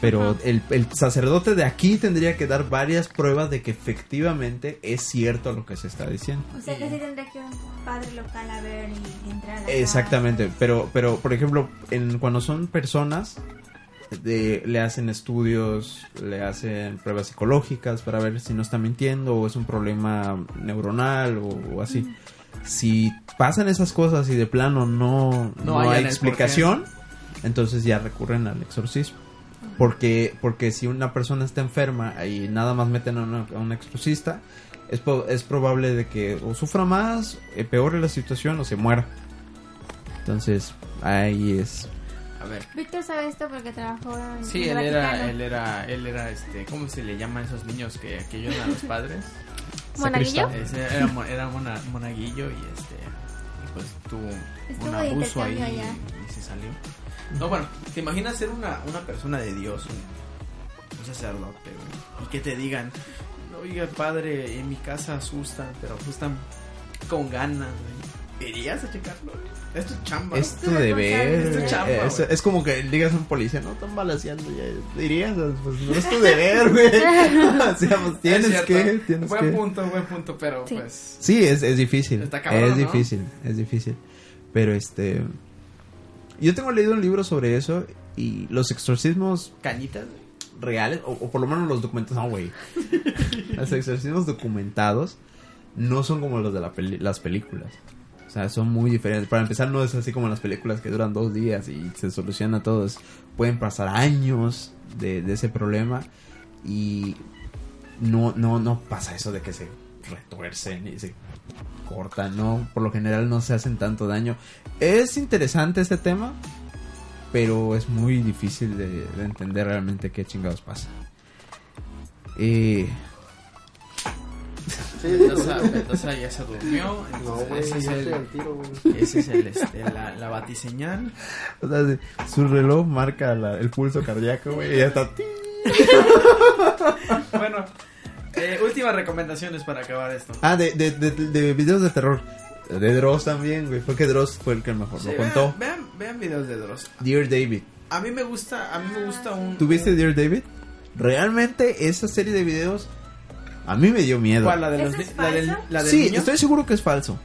Pero el, el sacerdote de aquí tendría que dar varias pruebas de que efectivamente es cierto lo que se está diciendo. O sea que sí tendría que ir un padre local a ver y entrar. acá. Exactamente, pero, pero por ejemplo, en, cuando son personas, de- le hacen estudios, le hacen pruebas psicológicas para ver si no está mintiendo o es un problema neuronal o, o así. Si pasan esas cosas y de plano no, no, No hallan hay el explicación, entonces ya recurren al exorcismo. Porque, porque si una persona está enferma y nada más meten a, una- a un exorcista, es, po- es probable de que o sufra más, eh, peore la situación o se muera. Entonces, ahí es. A ver. Víctor sabe esto porque trabajó en Sí, el él Vaticano. era, él era, él era, este, ¿cómo se le llama a esos niños que, que ayudan a los padres? ¿Monaguillo? Ese era, mo- era mona- monaguillo y este, y pues tuvo Estuvo un de abuso ahí intercambio allá. y, y se salió. No, bueno, ¿te imaginas ser una, una persona de Dios, un, un sacerdote, güey? Y que te digan, oiga, padre, en mi casa asustan, pero asustan con ganas, güey. ¿Irías a checarlo? güey? Es tu chamba. Es tu tu deber. Es responsabilidad. tu chamba, eh, es, güey. es como que digas a un policía, no están balaseando ya. Dirías, pues no es tu <laughs> deber, güey. <laughs> o sea, pues Es tienes cierto. que. Tienes buen que. punto, buen punto, pero Sí. pues... Sí, es, es difícil. Está cabrón, es ¿no? difícil, es difícil. Pero este. Yo tengo leído un libro sobre eso y los exorcismos Cañitas, reales, o, o por lo menos los documentados, <laughs> no, güey. los exorcismos documentados no son como los de la peli- las películas. O sea, son muy diferentes. Para empezar, no es así como las películas que duran dos días y se soluciona todo. Es- Pueden pasar años de, de ese problema y no, no, no pasa eso de que se retuercen y se cortan, ¿no? Por lo general no se hacen tanto daño. Es interesante este tema, pero es muy difícil de, de entender realmente qué chingados pasa. Eh, Mendoza, Mendoza ya se durmió. No, entonces güey, ese, yo es estoy al el, tiro, güey. ese es el, este, la, la batiseñal. o sea, de- su reloj marca la- el pulso cardíaco, güey, y ya está. ¡ting! Bueno, eh, últimas recomendaciones para acabar esto. Ah, de, de, de, de videos de terror. De Dross también, güey. Fue que Dross fue el que mejor Sí, lo vean- contó. Vean, vean, videos de Dross. Dear David. A mí me gusta, a mí me gusta un. ¿Tuviste un- Dear David? Realmente esa serie de videos a mí me dio miedo. ¿Cuál? La de ¿Eso los es ni- la del, falso? la del sí, niño? estoy seguro que es falso.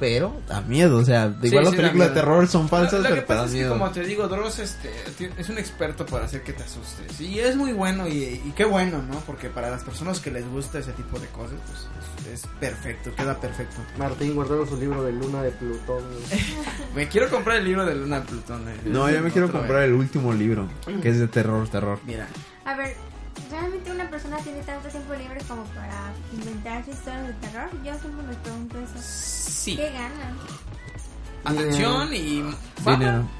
Pero da miedo, o sea, Sí, de sí, igual las da películas de miedo. terror son Lo- falsas, lo, que pero te pasa dan es que, miedo. como te digo, Dross este, ti- es un experto para hacer que te asustes. Y es muy bueno, y, y qué bueno, ¿no? Porque para las personas que les gusta ese tipo de cosas, pues es- es perfecto, queda perfecto. Martín guardaron su libro de Luna de Plutón. <laughs> güey. Me quiero comprar el libro de Luna Plutón. eh. No, yo me quiero Otra comprar vez. el último libro, que es de terror, terror. Mira, A ver, ¿realmente una persona tiene tanto tiempo libre como para inventarse historias de terror? Yo siempre me pregunto eso. sí. ¿Qué ganan? Atención y. Sí, no, no.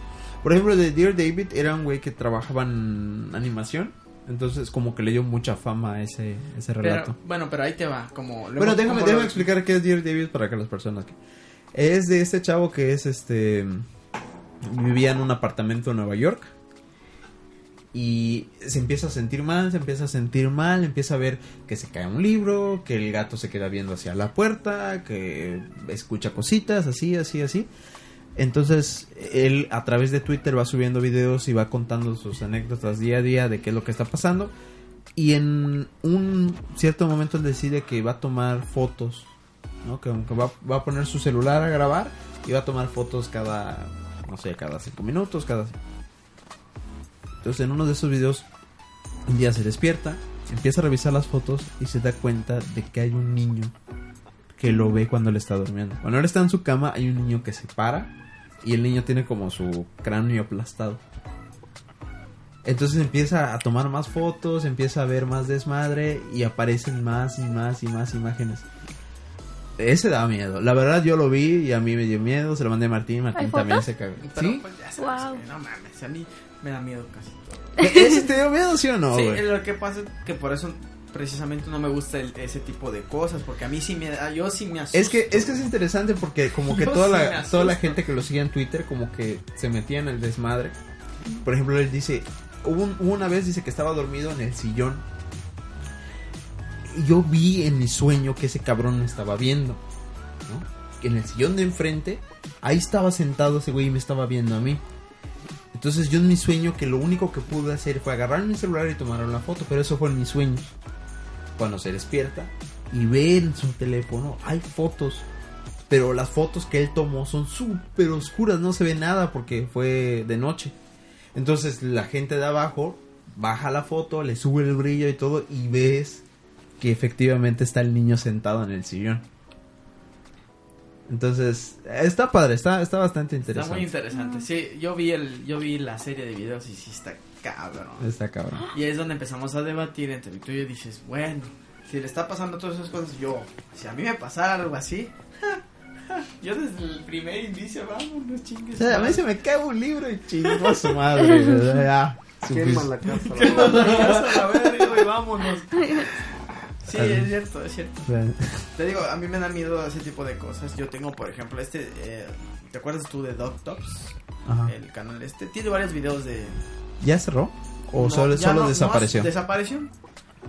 Por ejemplo, de Dear David era un güey que trabajaba en animación, entonces como que le dio mucha fama a ese, ese relato. Pero, bueno, pero ahí te va. Como, Bueno, déjame, explicar. déjame explicar qué es Dear David para que las personas que... Es de este chavo que es este... Vivía en un apartamento en Nueva York. Y se empieza a sentir mal, se empieza a sentir mal, empieza a ver que se cae un libro, que el gato se queda viendo hacia la puerta, que escucha cositas, así, así, así. Entonces, él a través de Twitter va subiendo videos y va contando sus anécdotas día a día de qué es lo que está pasando. Y en un cierto momento él decide que va a tomar fotos, ¿no? Que, que va, va a poner su celular a grabar y va a tomar fotos cada, no sé, cada cinco minutos, cada... Entonces en uno de esos videos un día se despierta, empieza a revisar las fotos y se da cuenta de que hay un niño que lo ve cuando él está durmiendo. Cuando él está en su cama hay un niño que se para y el niño tiene como su cráneo aplastado. Entonces empieza a tomar más fotos, empieza a ver más desmadre y aparecen más y más y más imágenes. Ese da miedo. La verdad yo lo vi y a mí me dio miedo. Se lo mandé a Martín. Martín ¿Hay también fotos? se cagó. Pero, ¿Sí? pues, ya sabes, Wow. güey, no mames, a mí me da miedo casi todo. ¿E-, ¿Ese te dio miedo, sí o no? sí, güey? lo que pasa es que por eso precisamente no me gusta el- ese tipo de cosas, porque a mí sí me, a- yo sí me asusto. Es que, es que es interesante porque como que Yo toda sí me la, asusto. toda la gente que lo sigue en Twitter como que se metía en el desmadre. Por ejemplo, él dice, hubo, un- hubo una vez dice que estaba dormido en el sillón. Y yo vi en mi sueño que ese cabrón me estaba viendo. ¿no? Que en el sillón de enfrente, ahí estaba sentado ese güey y me estaba viendo a mí. Entonces yo en mi sueño que lo único que pude hacer fue agarrar mi celular y tomar una foto, pero eso fue en mis sueños. Cuando se despierta y ve en su teléfono, hay fotos, pero las fotos que él tomó son súper oscuras, no se ve nada porque fue de noche. Entonces la gente de abajo baja la foto, le sube el brillo y todo y ves que efectivamente está el niño sentado en el sillón. Entonces, está padre, está, está bastante Está muy interesante. interesante. Sí, yo vi el, yo vi la serie de videos y sí está cabrón. Está cabrón. Y ahí es donde empezamos a debatir entre Víctor y yo dices, bueno, si le está pasando todas esas cosas, yo, si a mí me pasara algo así, <laughs> ja, ja, yo desde el primer inicio, vámonos, O chingues. sea, a mí se me cae un libro y chingo a su <laughs> madre. ¿verdad? Ya, Quema sufici- la casa. madre. <laughs> la Vámonos, verdad. a ver, digo, y <laughs> vámonos. Sí, es cierto, es cierto. O sea, Te digo, a mí me da miedo ese tipo de cosas. Yo tengo, por ejemplo, este. eh, ¿Te acuerdas tú de Dog Tops? ajá. El canal este. Tiene varios videos de. ¿Ya cerró? ¿O No, solo, ya solo no- no, desapareció? desapareció.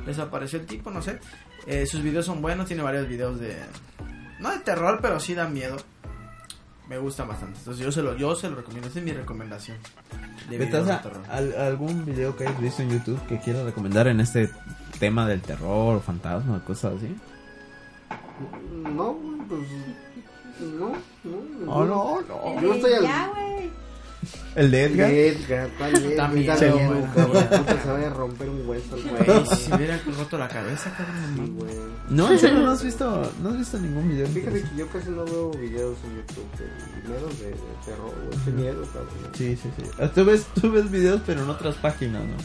Desapareció el tipo, no sé. Eh, sus videos son buenos. Tiene varios videos de. No de terror, pero sí dan miedo. Me gustan bastante. Entonces yo se lo, yo se lo recomiendo. Esa es mi recomendación. De videos de ¿Estás <laughs> terror. algún video que hayas visto en YouTube que quieras recomendar en este tema del terror o fantasma o cosas así? No, güey, pues. No, no. Oh, no, no. Yo estoy al. Eh, Ya, güey. ¿El de Edgar? Edgar, tal vez. También, Edgar, sí, no, güey. cabrón, puta, se va a romper un hueso el Güey, güey. si me hubiera roto la cabeza, cabrón. Sí, no. güey. No, en serio, no <laughs> has visto, no has visto ningún video. Fíjate que yo casi no veo videos en YouTube de miedo de, de terror, güey. Qué miedo, cabrón. Sí, sí, sí. Ah, Tú ves, tú ves videos, pero en otras páginas, ¿no?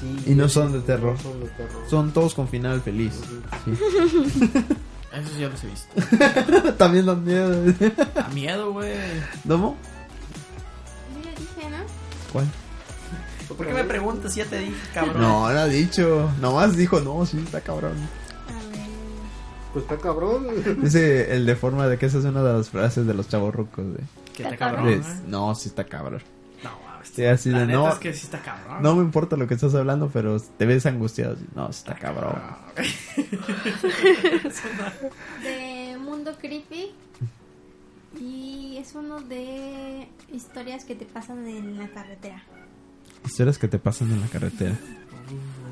Sí, Y no son de terror. No son de terror. Son todos con final feliz. Eso sí ya los he visto. <laughs> También dan miedo. Da miedo, güey. <laughs> ¿Domo? Yo ya dije, ¿no? ¿Cuál? ¿Por qué me preguntas? Ya te dije, cabrón. No, no ha dicho. Nomás dijo, no, sí, está cabrón. A ver. Pues está cabrón. Dice el de forma de que esa es una de las frases de los chavos rucos. Que está Está cabrón. cabrón. ¿eh? No, sí está cabrón. No, mames. Sí, así la de, neta no. es que sí está cabrón. No me importa lo que estás hablando, pero te ves angustiado. así, No, sí está cabrón. Ah, De Mundo Creepy. Y es uno de historias que te pasan en la carretera. Historias que te pasan en la carretera.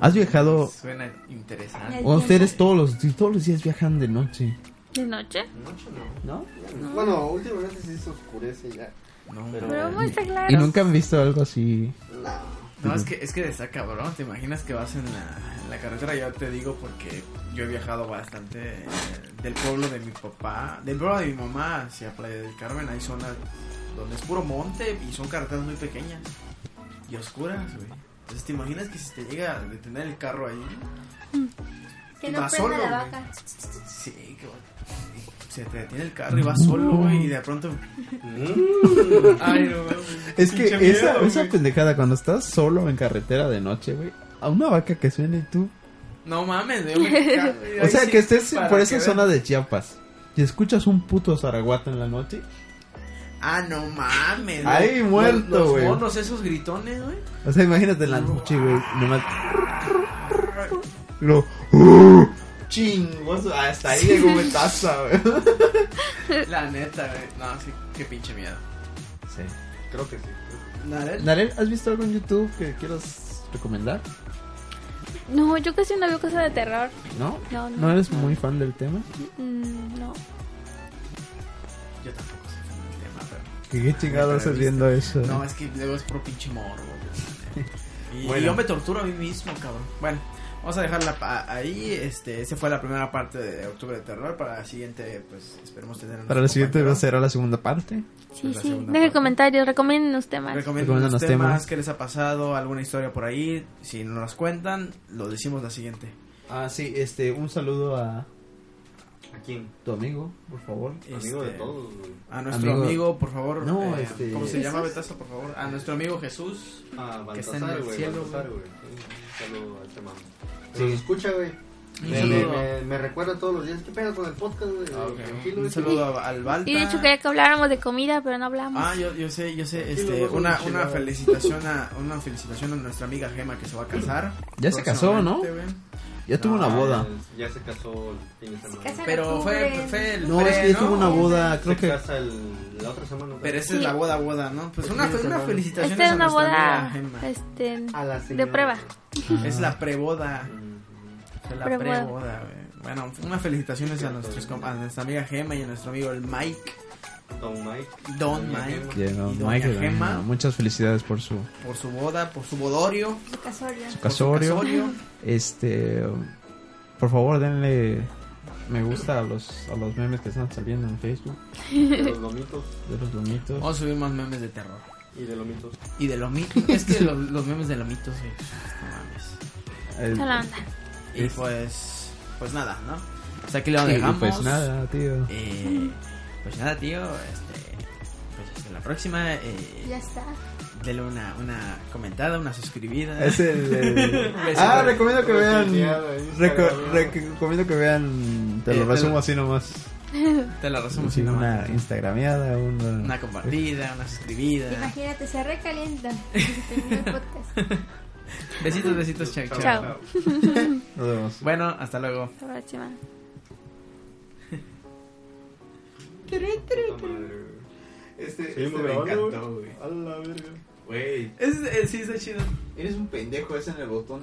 ¿Has viajado? Suena interesante. O ustedes todos los, todos los días viajan de noche, ¿De noche? Noche ¿no? no. Bueno, últimamente sí se oscurece ya. No, Pero Pero- bueno, muy está claro. Y nunca han visto algo así. no, es que es que está cabrón. ¿Te imaginas que vas en la, en la carretera? Yo te digo porque yo he viajado bastante eh, del pueblo de mi papá, del pueblo de mi mamá hacia Playa del Carmen. Hay zonas donde es puro monte y son carreteras muy pequeñas y oscuras, güey. Entonces, ¿te imaginas que si te llega a detener el carro ahí? Que Y no va prenda solo, la güey. vaca. Sí, que va- se te detiene el carro y vas solo, güey, y de pronto... ¿Mm? Ay, no, güey. Es que Pinche esa, miedo, esa güey. pendejada, cuando estás solo en carretera de noche, güey, a una vaca que suene y tú. No mames, güey. me cago, güey. O sea, Ay, que sí, estés para por que esa vean. zona de Chiapas y escuchas un puto zaraguata en la noche. Ah, no mames. Ahí güey. muerto, Los- güey. Los monos, esos gritones, güey. O sea, imagínate en la noche, güey. Nomás. Y luego, Chingos, hasta ahí llegó mi taza, güey. La neta, güey. No, sí, qué pinche miedo. Sí. Creo que sí. La neta. Narel, ¿has visto algo en YouTube que quieras recomendar? No, yo casi no veo cosas de terror. ¿No? No, no. ¿No eres muy fan del tema? Mm, no. Pues Yo tampoco sé el tema, pero. ¿Qué, qué chingado estás viendo eso? No, es que luego es pro pinche morbo, güey. <laughs> Y Bueno. yo me torturo a mí mismo, cabrón. Bueno, vamos a dejarla pa- ahí. Este, esa fue la primera parte de Octubre de Terror. Para la siguiente, pues esperemos tener. a Para la nuestro siguiente compañero. será la segunda parte. Sí, la sí. segunda Dejen parte. comentarios, recomienden ustedes más. Recomiendan los Recomiéndanos temas, temas. que les ha pasado, alguna historia por ahí. Si nos las cuentan, lo decimos la siguiente. Ah, sí, este, un saludo a, ¿A quién? Tu amigo, por favor. Amigo de Este, todos, güey. A nuestro Amigo- amigo, por favor. No, eh, este- ¿Cómo se llama Jesús. Betaza, por favor? A nuestro amigo Jesús. Ah, Que está en Baltasar, el güey. cielo, Baltasar, güey. Un saludo a este mamá. Nos escucha, güey. Un Me, me, saludo. me, me recuerda todos los días. ¿Qué pedo con el podcast, güey? Ah, ok. Tranquilo, Un güey. saludo a- al Balta. Y de hecho quería que habláramos de comida, pero no hablamos. Ah, yo, yo sé, yo sé, luego este, vamos una, a una llegar. felicitación a, una felicitación a nuestra amiga Gema que se va a casar. Ya se casó, ¿no? próximamente, güey. Ya tuvo Ah, una boda. Ya se casó el fin de semana. casa- Pero fue, fue el No, es que pre, ya tuvo una boda, creo Se que. casa el- la otra semana. Ah, Pero esa Sí. es la boda, boda, ¿no? Pues una, una felicitación Esta Este es a una nuestra boda amiga Gema. este, Ah. A la de señora. prueba. Es la preboda. Mm, o sea, La Preboda. preboda, güey. Bueno, unas felicitaciones a, nuestros, com- a nuestra amiga Gema y a nuestro amigo el Mike, Don <laughs> Mike. Don Doña Mike, Ya, no, y doña Michael, Gemma. no, muchas felicidades por su por su boda, por su bodorio, Su casorio. su por su casorio. casorio. Este, por favor, denle me gusta a los a los memes que están saliendo en Facebook De los lomitos. de los bonitos. Vamos a subir más memes de terror. Y de lomitos. Y de los mitos. es que los, los memes de los mitos, güey. No mames. El- Esa la onda. Y pues, pues nada, ¿no? Hasta aquí lo Este. y dejamos. pues nada, tío. Eh, pues nada, tío. Este, pues hasta la próxima. Ya Eh, está. dele una, una comentada, una <laughs> suscribida. <laughs> Es el, el- Beso, Ah, güey. recomiendo que vean Retuiteado, Instagram, reco- ¿no? rec- recomiendo que vean te Eh, lo te lo- resumo así nomás. Te la resumo Sí, sin nada una más. instagrameada, una, Una compartida, una suscribida. Imagínate, se recalienta. y se termina el podcast. Besitos, besitos, chao, chao. Chao. Nos vemos. Bueno, hasta luego. Hasta la próxima. Puta madre, güey. Este, este Seguimos me grabando, encantó, güey. A la verga. Güey, Es, es, sí, está chido. eres un pendejo, es en el botón de